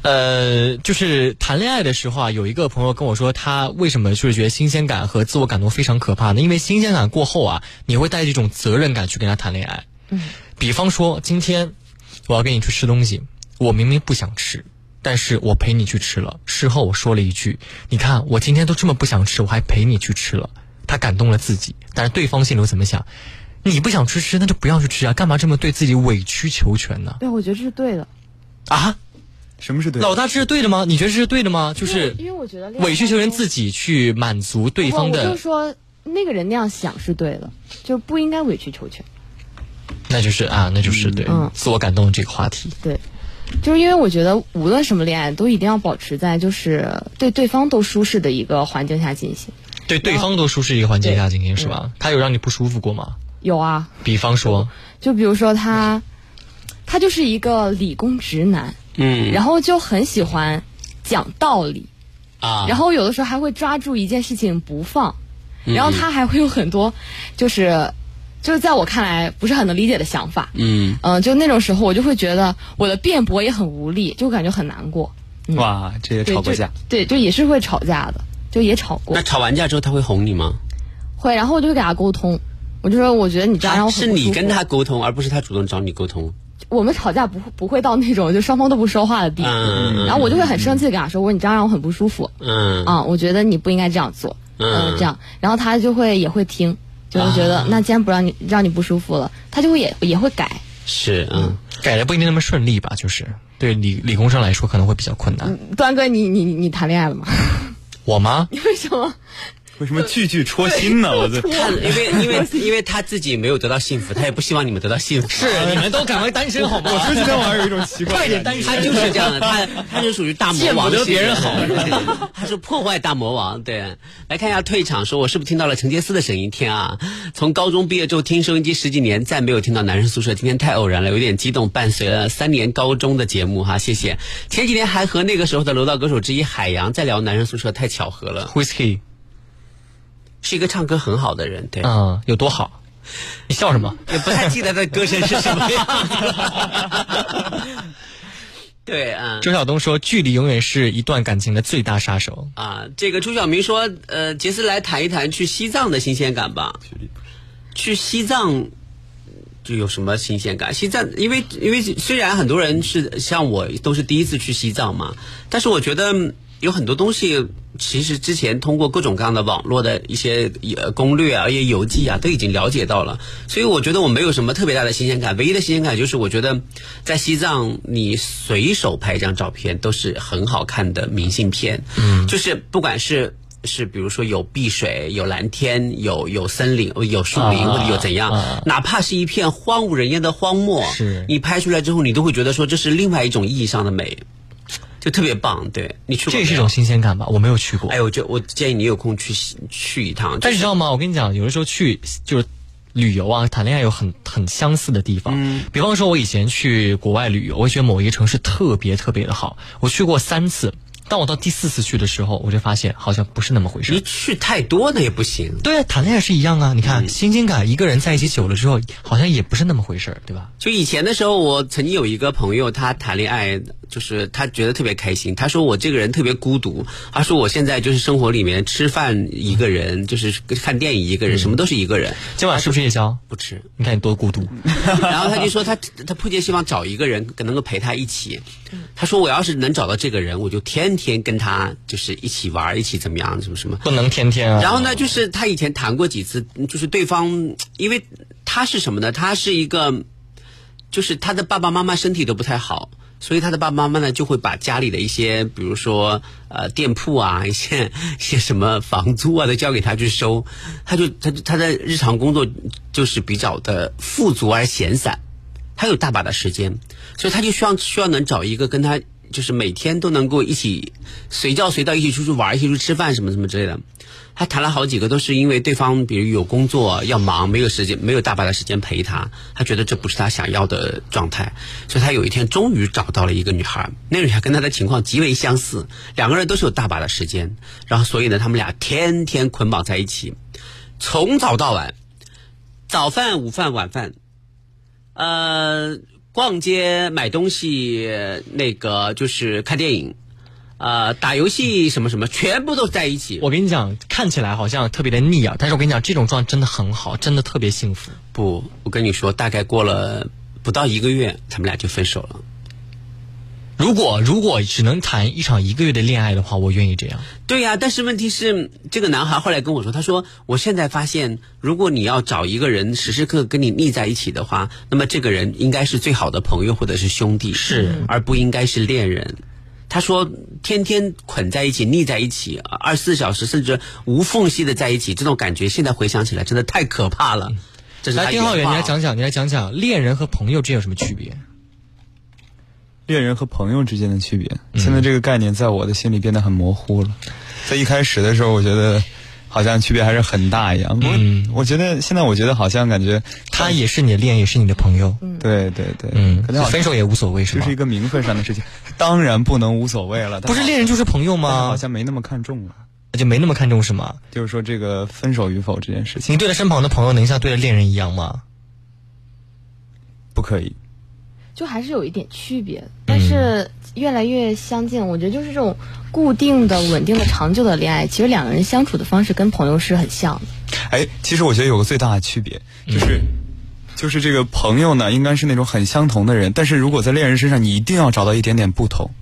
[SPEAKER 3] 呃，就是谈恋爱的时候啊，有一个朋友跟我说，他为什么就是觉得新鲜感和自我感动非常可怕呢？因为新鲜感过后啊，你会带着一种责任感去跟他谈恋爱。嗯，比方说今天我要跟你去吃东西，我明明不想吃，但是我陪你去吃了。事后我说了一句：“你看，我今天都这么不想吃，我还陪你去吃了。”他感动了自己，但是对方心里又怎么想？你不想去吃，那就不要去吃啊！干嘛这么对自己委曲求全呢？
[SPEAKER 5] 对，我觉得这是对的。
[SPEAKER 3] 啊，
[SPEAKER 4] 什么是对的？
[SPEAKER 3] 老大，这是对的吗？你觉得这是对的吗？就是
[SPEAKER 5] 因为我觉得恋爱
[SPEAKER 3] 委曲求全，自己去满足对方
[SPEAKER 5] 不我就
[SPEAKER 3] 的，
[SPEAKER 5] 说那个人那样想是对的，就不应该委曲求全。
[SPEAKER 3] 那就是啊，那就是对、
[SPEAKER 5] 嗯
[SPEAKER 3] 自我感动这个话题。
[SPEAKER 5] 对，就是因为我觉得无论什么恋爱，都一定要保持在就是对对方都舒适的一个环境下进行。
[SPEAKER 3] 对对方多舒适一个环境下进行是吧？他有让你不舒服过吗？
[SPEAKER 5] 有啊，
[SPEAKER 3] 比方说，
[SPEAKER 5] 就比如说他，他就是一个理工直男，
[SPEAKER 2] 嗯
[SPEAKER 5] 然后就很喜欢讲道理，
[SPEAKER 3] 嗯
[SPEAKER 2] 啊，
[SPEAKER 5] 然后有的时候还会抓住一件事情不放，
[SPEAKER 2] 嗯
[SPEAKER 5] 然后他还会有很多，就是，就是在我看来不是很能理解的想法，
[SPEAKER 2] 嗯，
[SPEAKER 5] 嗯、就那种时候我就会觉得我的辩驳也很无力，就感觉很难过，
[SPEAKER 4] 哇，这也
[SPEAKER 5] 对，
[SPEAKER 4] 吵过
[SPEAKER 5] 就
[SPEAKER 4] 架。
[SPEAKER 5] 对，就也是会吵架的，就也吵过
[SPEAKER 2] 那，吵完架之后他会哄你吗？
[SPEAKER 5] 会，然后我就会给他沟通，我就说我觉得你这样让我很
[SPEAKER 2] 是
[SPEAKER 5] 不
[SPEAKER 2] 你
[SPEAKER 5] 舒服
[SPEAKER 2] 跟他沟通，而不是他主动找你沟通。
[SPEAKER 5] 我们吵架不会不会到那种就双方都不说话的地步，
[SPEAKER 2] 嗯
[SPEAKER 5] 然后我就会很生气的跟他说，我说你这样让我很不舒服，
[SPEAKER 2] 嗯
[SPEAKER 5] 啊，我觉得你不应该这样做，呃
[SPEAKER 2] 嗯啊
[SPEAKER 5] 这样，然后他就会也会听，就是觉得、那既然不让你让你不舒服了，他就会也也会改，
[SPEAKER 2] 是嗯，
[SPEAKER 3] 改的不一定那么顺利吧？就是对理理工生来说可能会比较困难。
[SPEAKER 5] 端哥，你你你你谈恋爱了吗？ (laughs)
[SPEAKER 3] 我吗？
[SPEAKER 5] 你为什么？
[SPEAKER 4] 为什么句句戳心呢？我这
[SPEAKER 2] 他因为因为因为他自己没有得到幸福，他也不希望你们得到幸福。是
[SPEAKER 3] (laughs) 你们都赶快单身好吗？
[SPEAKER 4] 我说今天晚上有一种奇怪的
[SPEAKER 3] 快点
[SPEAKER 4] 感
[SPEAKER 3] 单身，
[SPEAKER 2] 他就是这样的，他他就属于大魔王，
[SPEAKER 3] 见不得别人好
[SPEAKER 2] 对 (laughs) 他是破坏大魔王。对，来看一下退场，说我是不是听到了陈杰斯的声音？天啊，从高中毕业之后听收音机十几年，再没有听到男生宿舍，今天太偶然了，有点激动，伴随了三年高中的节目哈，谢谢。前几天还和那个时候的楼道歌手之一海洋在聊男生宿舍，太巧合了，
[SPEAKER 3] Whisky
[SPEAKER 2] 是一个唱歌很好的人，对。
[SPEAKER 3] 嗯，有多好？你笑什么？
[SPEAKER 2] 也不太记得他歌声是什么样子了。对，嗯。
[SPEAKER 3] 周晓东说，距离永远是一段感情的最大杀手。
[SPEAKER 2] 啊，这个朱晓明说，呃，杰斯来谈一谈去西藏的新鲜感吧。去西藏就有什么新鲜感？西藏，因为因为虽然很多人是像我都是第一次去西藏嘛，但是我觉得嗯有很多东西，其实之前通过各种各样的网络的一些呃攻略啊、一些游记啊，都已经了解到了。所以我觉得我没有什么特别大的新鲜感，唯一的新鲜感就是我觉得在西藏，你随手拍一张照片都是很好看的明信片，嗯，就是不管是。是，比如说有碧水，有蓝天，有有森林，呃有树林，
[SPEAKER 3] 啊
[SPEAKER 2] 或者有怎样，
[SPEAKER 3] 啊
[SPEAKER 2] 哪怕是一片荒无人烟的荒漠，
[SPEAKER 3] 是
[SPEAKER 2] 你拍出来之后，你都会觉得说这是另外一种意义上的美，就特别棒。对你去过没
[SPEAKER 3] 这
[SPEAKER 2] 有？
[SPEAKER 3] 也是一种新鲜感吧？我没有去过。
[SPEAKER 2] 哎，我就我建议你有空去西去一趟。
[SPEAKER 3] 但是你知
[SPEAKER 2] 就
[SPEAKER 3] 道吗？我跟你讲，有的时候去就是旅游啊，谈恋爱有很很相似的地方。比方说，我以前去国外旅游，我会觉得某一个城市特别特别的好，我去过三次。当我到第四次去的时候，我就发现好像不是那么回事
[SPEAKER 2] 你。去太多那也不行。
[SPEAKER 3] 对啊，谈恋爱是一样啊。你看，新鲜感，一个人在一起久了之后，好像也不是那么回事儿，对吧？
[SPEAKER 2] 就以前的时候，我曾经有一个朋友，他谈恋爱，就是他觉得特别开心。他说我这个人特别孤独，他说我现在就是生活里面吃饭一个人，就是看电影一
[SPEAKER 3] 嗯
[SPEAKER 2] 个人，什么都是一个人，
[SPEAKER 3] 今晚吃不吃夜宵？
[SPEAKER 2] 不吃。
[SPEAKER 3] 你看你多孤 (laughs) 独。
[SPEAKER 2] (laughs) 然后他就说他他迫切希望找一个人能够陪他一起。他说我要是能找到这个人，我就天天跟他就是一起玩儿，一起怎么样，什么什么。
[SPEAKER 3] 不能天天啊。
[SPEAKER 2] 然后呢，就是他以前谈过几次，就是对方，因为他是什么呢？他是一个，就是他的爸爸妈妈身体都不太好，所以他的爸爸妈妈呢就会把家里的一些，比如说呃店铺啊，一些一些什么房租啊，都交给他去收，他就他他的日常工作就是比较的富足而闲散，他有大把的时间，所以他就需要需要能找一个跟他。就是每天都能够一起随叫随到，一起出去玩，一起出去吃饭，什么什么之类的。他谈了好几个，都是因为对方比如有工作要忙，没有时间，没有大把的时间陪他。他觉得这不是他想要的状态，所以他有一天终于找到了一个女孩，那女孩跟他的情况极为相似，两个人都是有大把的时间，然后所以呢，他们俩天天捆绑在一起，从早到晚，早饭、午饭、晚饭，呃。逛街、买东西，那个就是看电影，呃，打游戏什么什么，全部都在一起。
[SPEAKER 3] 我跟你讲，看起来好像特别的腻啊，但是我跟你讲，这种状态真的很好，真的特别幸福。
[SPEAKER 2] 不，我跟你说，大概过了不到一个月，他们俩就分手了。
[SPEAKER 3] 如果如果只能谈一场一个月的恋爱的话，我愿意这样。
[SPEAKER 2] 对呀、啊，但是问题是，这个男孩后来跟我说，他说我现在发现，如果你要找一个人时时刻刻跟你腻在一起的话，那么这个人应该是最好的朋友或者是兄弟，
[SPEAKER 3] 是
[SPEAKER 2] 而不应该是恋人。他说天天捆在一起、腻在一起，二十四小时甚至无缝隙的在一起，这种感觉现在回想起来真的太可怕了。这是
[SPEAKER 3] 嗯来，丁
[SPEAKER 2] 浩
[SPEAKER 3] 源，你来讲讲，你来讲讲恋人和朋友之间有什么区别？
[SPEAKER 4] 恋人和朋友之间的区别，
[SPEAKER 3] 嗯
[SPEAKER 4] 现在这个概念在我的心里变得很模糊了。在一开始的时候，我觉得好像区别还是很大一样。嗯，我觉得现在我觉得好像感觉
[SPEAKER 3] 他也是你的恋，也是你的朋友。
[SPEAKER 4] 对对对，
[SPEAKER 3] 嗯，可能分手也无所谓，是
[SPEAKER 4] 吗？就是一个名分上的事情，当然不能无所谓了。
[SPEAKER 3] 不是恋人就是朋友吗？
[SPEAKER 4] 好像没那么看重了，
[SPEAKER 3] 就没那么看重是吗？
[SPEAKER 4] 就是说这个分手与否这件事情，
[SPEAKER 3] 你对待身旁的朋友能像对待恋人一样吗？
[SPEAKER 4] 不可以。
[SPEAKER 5] 就还是有一点区别，但是越来越相近。我觉得就是这种固定的、稳定的、长久的恋爱，其实两个人相处的方式跟朋友是很像的。
[SPEAKER 4] 哎，其实我觉得有个最大的区别就是，嗯、就是这个朋友呢，应该是那种很相同的人，但是如果在恋人身上，你一定要找到一点点不同，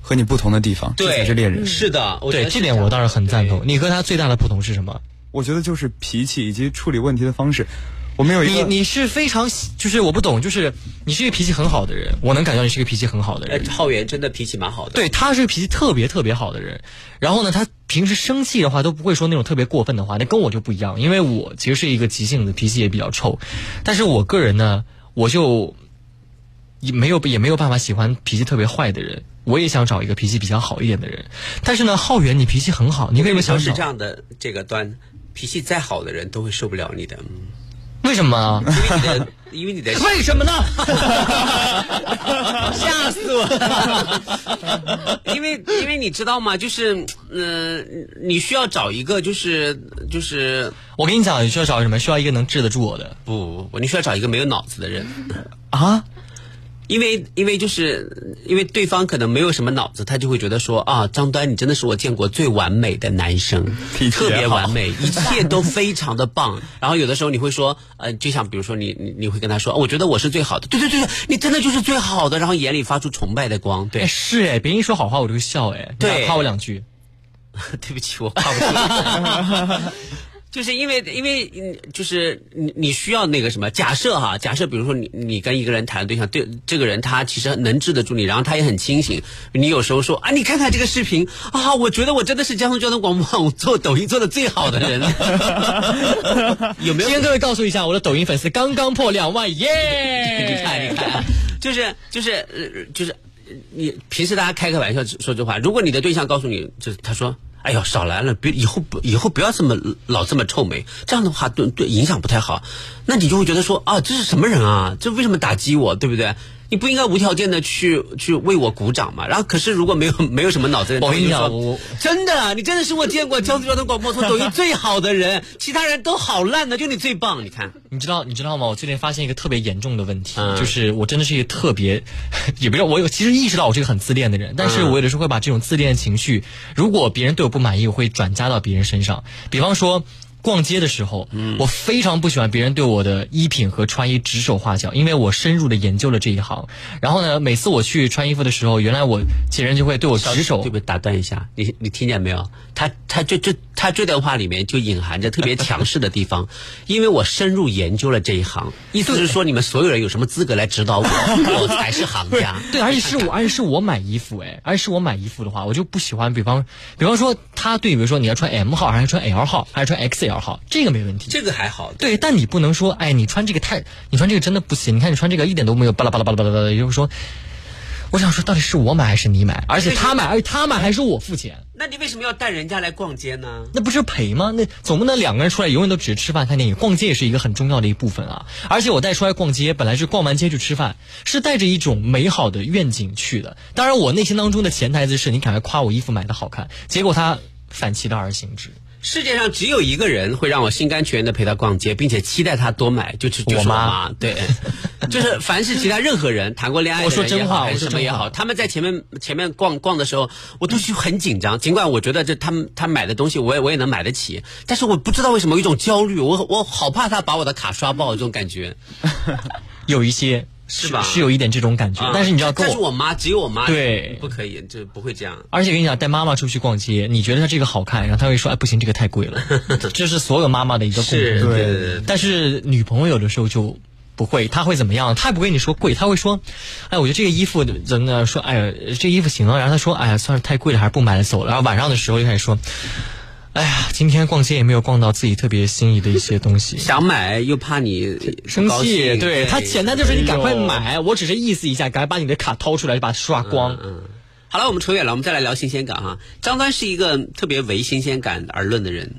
[SPEAKER 4] 和你不同的地方，这才是恋人。
[SPEAKER 2] 是的，我
[SPEAKER 3] 对这点我倒是很赞同。你和他最大的不同是什么？
[SPEAKER 4] 我觉得就是脾气以及处理问题的方式。我没有
[SPEAKER 3] 你，你是非常就是我不懂，就是你是一个脾气很好的人，我能感觉你是一个脾气很好的人。
[SPEAKER 2] 呃浩源真的脾气蛮好的，
[SPEAKER 3] 对他是脾气特别特别好的人。然后呢，他平时生气的话都不会说那种特别过分的话，那跟我就不一样，因为我其实是一个急性子，脾气也比较臭。但是我个人呢，我就也没有也没有办法喜欢脾气特别坏的人。我也想找一个脾气比较好一点的人。但是呢，浩源你脾气很好，你为什么想
[SPEAKER 2] 是这样的这个端？脾气再好的人都会受不了你的。嗯
[SPEAKER 3] 为什么？
[SPEAKER 2] 因为你的，因为你的
[SPEAKER 3] 为什么呢？
[SPEAKER 2] 吓死我了！ (laughs) 因为因为你知道吗？就是嗯、呃，你需要找一个就是就是，
[SPEAKER 3] 我跟你讲，你需要找什么？需要一个能治得住我的。
[SPEAKER 2] 不不，你需要找一个没有脑子的人
[SPEAKER 3] 啊。
[SPEAKER 2] 因为，因为就是因为对方可能没有什么脑子，他就会觉得说啊，张端，你真的是我见过最完美的男生，
[SPEAKER 3] (laughs)
[SPEAKER 2] 特别完美，一切都非常的棒。然后有的时候你会说，呃，就像比如说你你你会跟他说、哦，我觉得我是最好的，对对对对，你真的就是最好的，然后眼里发出崇拜的光。对，
[SPEAKER 3] 哎是哎，别人一说好话我就会笑哎，
[SPEAKER 2] 对，
[SPEAKER 3] 夸我两句，
[SPEAKER 2] (laughs) 对不起，我夸不住。 (laughs) 就是因为，因为，嗯就是你你需要那个什么？假设哈，假设比如说你你跟一个人谈对象，对这个人他其实能治得住你，然后他也很清醒。你有时候说啊，你看看这个视频啊，我觉得我真的是江苏交通广播网做抖音做的最好的人了。有没有？
[SPEAKER 3] 先各位告诉一下，我的抖音粉丝刚刚破两万 (laughs) 耶！
[SPEAKER 2] 你看，你看， (laughs) 就是就是呃就是你平时大家开个玩笑说这话，如果你的对象告诉你，就是他说。哎呦，少来了！别以后不以后不要这么老这么臭美，这样的话对对影响不太好。那你就会觉得说啊，这是什么人啊？这为什么打击我？对不对？你不应该无条件的去去为我鼓掌嘛。然后可是如果没有没有什么脑子的人，
[SPEAKER 3] 我跟你
[SPEAKER 2] 讲，真的，啊你真的是我见过江苏交通广播从抖音最好的人，其他人都好烂的，就你最棒。你看，
[SPEAKER 3] 你知道你知道吗？我最近发现一个特别严重的问题，嗯、就是我真的是一个特别，也不知道我有其实意识到我是个很自恋的人，但是我有的时候会把这种自恋情绪，如果别人对我。不满意，我会转嫁到别人身上。比方说，逛街的时候，嗯、我非常不喜欢别人对我的衣品和穿衣指手画脚，因为我深入的研究了这一行。然后呢，每次我去穿衣服的时候，原来我别人就会对我指手。
[SPEAKER 2] 对不对？打断一下，你你听见没有？他他就就。他插队的话里面就隐含着特别强势的地 (laughs) 方，因为我深入研究了这一行，意思是说你们所有人有什么资格来指 (laughs) 导我，我才是行家。
[SPEAKER 3] 对，而且是我，而且是我买衣服，哎，而且是我买衣服的话，我就不喜欢，比方，比方说他对，比如说你要穿 M 号，还是穿 L 号，还是穿 XL 号，这个没问题，
[SPEAKER 2] 这个还好。
[SPEAKER 3] 对，但你不能说，哎，你穿这个太，你穿这个真的不行，你看你穿这个一点都没有巴拉巴拉巴拉巴拉巴拉，也就是说。我想说，到底是我买还是你买？而且他买，而且他买还是我付钱？
[SPEAKER 2] 那你为什么要带人家来逛街呢？
[SPEAKER 3] 那不是赔吗？那总不能两个人出来永远都只是吃饭看电影，逛街也是一个很重要的一部分啊。而且我带出来逛街，本来是逛完街去吃饭，是带着一种美好的愿景去的。当然，我内心当中的潜台词是你赶快夸我衣服买的好看，结果他反其道而行之。
[SPEAKER 2] 世界上只有一个人会让我心甘情愿的陪他逛街，并且期待他多买，就是就是我
[SPEAKER 3] 妈。 (laughs)
[SPEAKER 2] 对，就是凡是其他任何人谈过恋爱的
[SPEAKER 3] 人，我说真话，
[SPEAKER 2] 还是什么也好，他们在前面前面逛逛的时候，我都是很紧张。尽管我觉得这他们他买的东西，我也我也能买得起，但是我不知道为什么有一种焦虑，我我好怕他把我的卡刷爆，这种感觉。
[SPEAKER 3] 有一些
[SPEAKER 2] 是吧？
[SPEAKER 3] 是有一点这种感觉，
[SPEAKER 2] 啊、
[SPEAKER 3] 但是你要跟
[SPEAKER 2] 我，但是我妈只有我妈
[SPEAKER 3] 对，
[SPEAKER 2] 不可以，就不会这样。
[SPEAKER 3] 而且跟你讲，带妈妈出去逛街，你觉得她这个好看，然后她会说：“哎，不行，这个太贵了。” (laughs) 这是所有妈妈的一个共同
[SPEAKER 2] 是对对对
[SPEAKER 3] 但是女朋友有的时候就不会，她会怎么样？她也不跟你说贵，她会说：“哎，我觉得这个衣服怎么呢？说哎呀，这衣服行啊。”然后她说：“哎呀，算是太贵了，还是不买了，走了。”然后晚上的时候就开始说。哎呀，今天逛街也没有逛到自己特别心仪的一些东西，
[SPEAKER 2] 想买又怕你
[SPEAKER 3] 生气，
[SPEAKER 2] 对
[SPEAKER 3] 他简单就是你赶快买，我只是意思一下，赶快把你的卡掏出来，把它刷光。
[SPEAKER 2] 嗯嗯好了，我们扯远了，我们再来聊新鲜感哈。张端是一个特别唯新鲜感而论的人。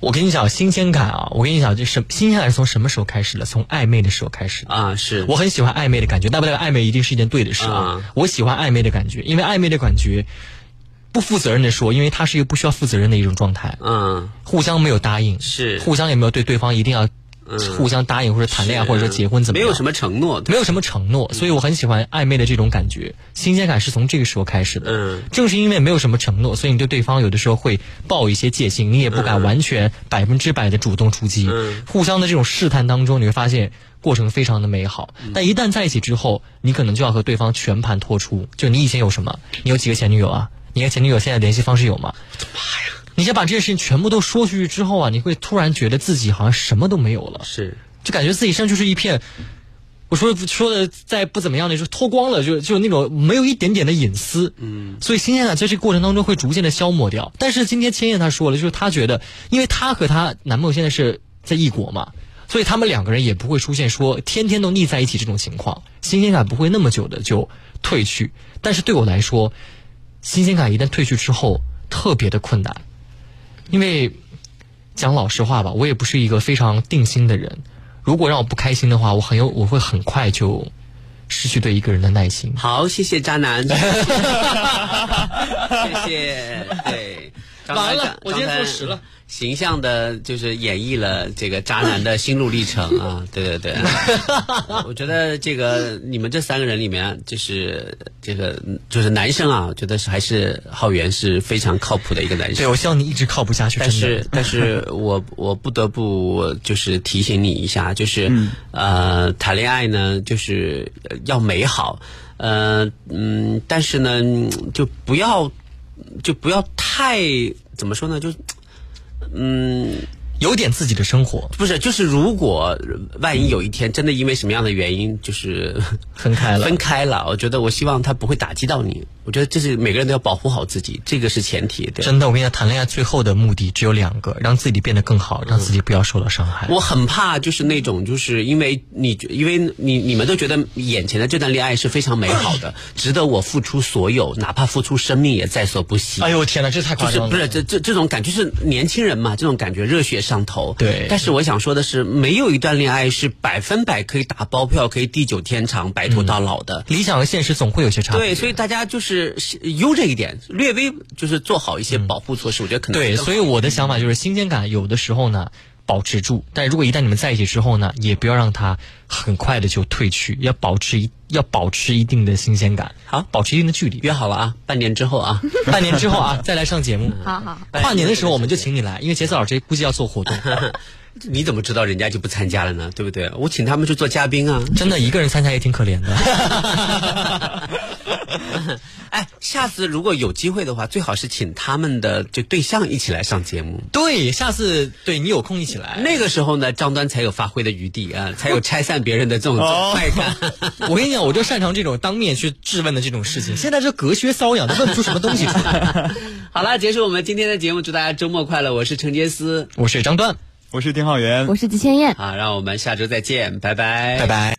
[SPEAKER 3] 我跟你讲，新鲜感啊，我跟你讲，这什新鲜感是从什么时候开始的？从暧昧的时候开始
[SPEAKER 2] 啊。是
[SPEAKER 3] 我很喜欢暧昧的感觉，但不代表暧昧一定是一件对的事啊。我喜欢暧昧的感觉，因为暧昧的感觉不负责任的说，因为它是一个不需要负责任的一种状态。
[SPEAKER 2] 嗯，
[SPEAKER 3] 互相没有答应，
[SPEAKER 2] 是嗯
[SPEAKER 3] 互相也没有对对方一定要。互相答应或者谈恋爱，或者说结婚，怎么
[SPEAKER 2] 没有什么承诺，
[SPEAKER 3] 没有什么承诺，所以我很喜欢暧昧的这种感觉，新鲜感是从这个时候开始的。
[SPEAKER 2] 嗯，
[SPEAKER 3] 正是因为没有什么承诺，所以你对对方有的时候会抱一些戒心，你也不敢完全百分之百的主动出击。
[SPEAKER 2] 嗯，
[SPEAKER 3] 互相的这种试探当中，你会发现过程非常的美好。
[SPEAKER 2] 嗯
[SPEAKER 3] 但一旦在一起之后，你可能就要和对方全盘托出，就你以前有什么，你有几个前女友啊？你和前女友现在联系方式有吗？
[SPEAKER 2] 妈呀！
[SPEAKER 3] 你先把这些事情全部都说出去之后啊，你会突然觉得自己好像什么都没有了，
[SPEAKER 2] 是，
[SPEAKER 3] 就感觉自己身上就是一片，我说说的再不怎么样的，就脱光了，就就那种没有一点点的隐私，
[SPEAKER 2] 嗯，
[SPEAKER 3] 所以新鲜感在这个过程当中会逐渐的消磨掉。但是今天千叶她说了，就是她觉得，因为她和她男朋友现在是在异国嘛，所以他们两个人也不会出现说天天都腻在一起这种情况，新鲜感不会那么久的就褪去。但是对我来说，新鲜感一旦褪去之后，特别的困难。因为讲老实话吧，我也不是一个非常定心的人。如果让我不开心的话，我很有我会很快就失去对一个人的耐心。
[SPEAKER 2] 好，谢谢渣
[SPEAKER 3] (laughs)
[SPEAKER 2] 男，谢谢，对，张
[SPEAKER 3] 完了
[SPEAKER 2] 张
[SPEAKER 3] 我今天坐实了，
[SPEAKER 2] 形象的就是演绎了这个渣男的心路历程
[SPEAKER 3] (laughs)
[SPEAKER 2] 啊，对对对，我觉得这个你们这三个人里面，就是这个就是男生啊，我觉得是还是浩源是非常靠谱的一个男生，
[SPEAKER 3] 对，我希望你一直靠谱下去。
[SPEAKER 2] 但
[SPEAKER 3] 真
[SPEAKER 2] 是 (laughs)
[SPEAKER 3] 的，
[SPEAKER 2] 但是我我不得不就是提醒你一下，就是、
[SPEAKER 3] 嗯
[SPEAKER 2] 呃，谈恋爱呢，就是呃要美好，呃嗯，但是呢，就不要就不要太怎么说呢，就嗯。
[SPEAKER 3] 有点自己的生活，
[SPEAKER 2] 不是，就是如果万一有一天真的因为什么样的原因，就是 (laughs)
[SPEAKER 3] 分开了
[SPEAKER 2] 分开了，我觉得我希望他不会打击到你。我觉得这是每个人都要保护好自己，这个是前提。对，
[SPEAKER 3] 真的，我跟你讲，谈恋爱最后的目的只有两个：让自己变得更好，让自己不要受到伤害。
[SPEAKER 2] (laughs) 我很怕就是那种，就是因为你，因为你你们都觉得眼前的这段恋爱是非常美好
[SPEAKER 3] (laughs)
[SPEAKER 2] 的，值得我付出所有，哪怕付出生命也在所不惜。
[SPEAKER 3] 哎呦，天哪，这太
[SPEAKER 2] 就
[SPEAKER 3] 夸
[SPEAKER 2] 是
[SPEAKER 3] 张了！
[SPEAKER 2] 不是这这这种感觉是年轻人嘛，这种感觉热血上头。
[SPEAKER 3] 对
[SPEAKER 2] 但是我想说的是，没有一段恋爱是百分百可以打包票、可以地久天长、白头到老的。
[SPEAKER 3] 理想和现实总会有嗯些差别。
[SPEAKER 2] 对，所以大家就是是悠着一点，略微就是做好一些保护措施，我觉得可能
[SPEAKER 3] 嗯对，所以我的想法就是，新鲜感有的时候呢，保持住；但如果一旦你们在一起之后呢，也不要让它很快的就退去，要保持一要保持一定的新鲜感，
[SPEAKER 2] 好
[SPEAKER 3] 保持一定的距 (laughs) 离。
[SPEAKER 2] 约好了啊，半年之后啊。
[SPEAKER 3] 半年之后啊，再来上节目。
[SPEAKER 5] 好好，
[SPEAKER 3] 跨年的时候我们就请你来，因为杰斯老师估计要做活动。
[SPEAKER 2] 你怎么知道人家就不参加了呢？对不对？我请他们去做嘉宾啊！
[SPEAKER 3] 真的一个人参加也挺可怜的。
[SPEAKER 2] (laughs)
[SPEAKER 3] (laughs)
[SPEAKER 2] 哎，下次如果有机会的话，最好是请他们的就对象一起来上节目。
[SPEAKER 3] 对，下次对你有空一起来。
[SPEAKER 2] 那个时候呢，张端才有发挥的余地啊，才有拆散别人的哎这种 (laughs) 快感。
[SPEAKER 3] 我跟你讲，我就擅长这种当面去质问的这种事情。现在这隔靴搔痒，都问不出什么东西出来。
[SPEAKER 2] 好了，结束我们今天的节目，祝大家周末快乐！我是陈杰斯，
[SPEAKER 3] (laughs) 我是张端，
[SPEAKER 4] 我是丁浩源，
[SPEAKER 5] 我是季千燕。
[SPEAKER 2] 啊，让我们下周再见，拜拜，
[SPEAKER 3] 拜拜。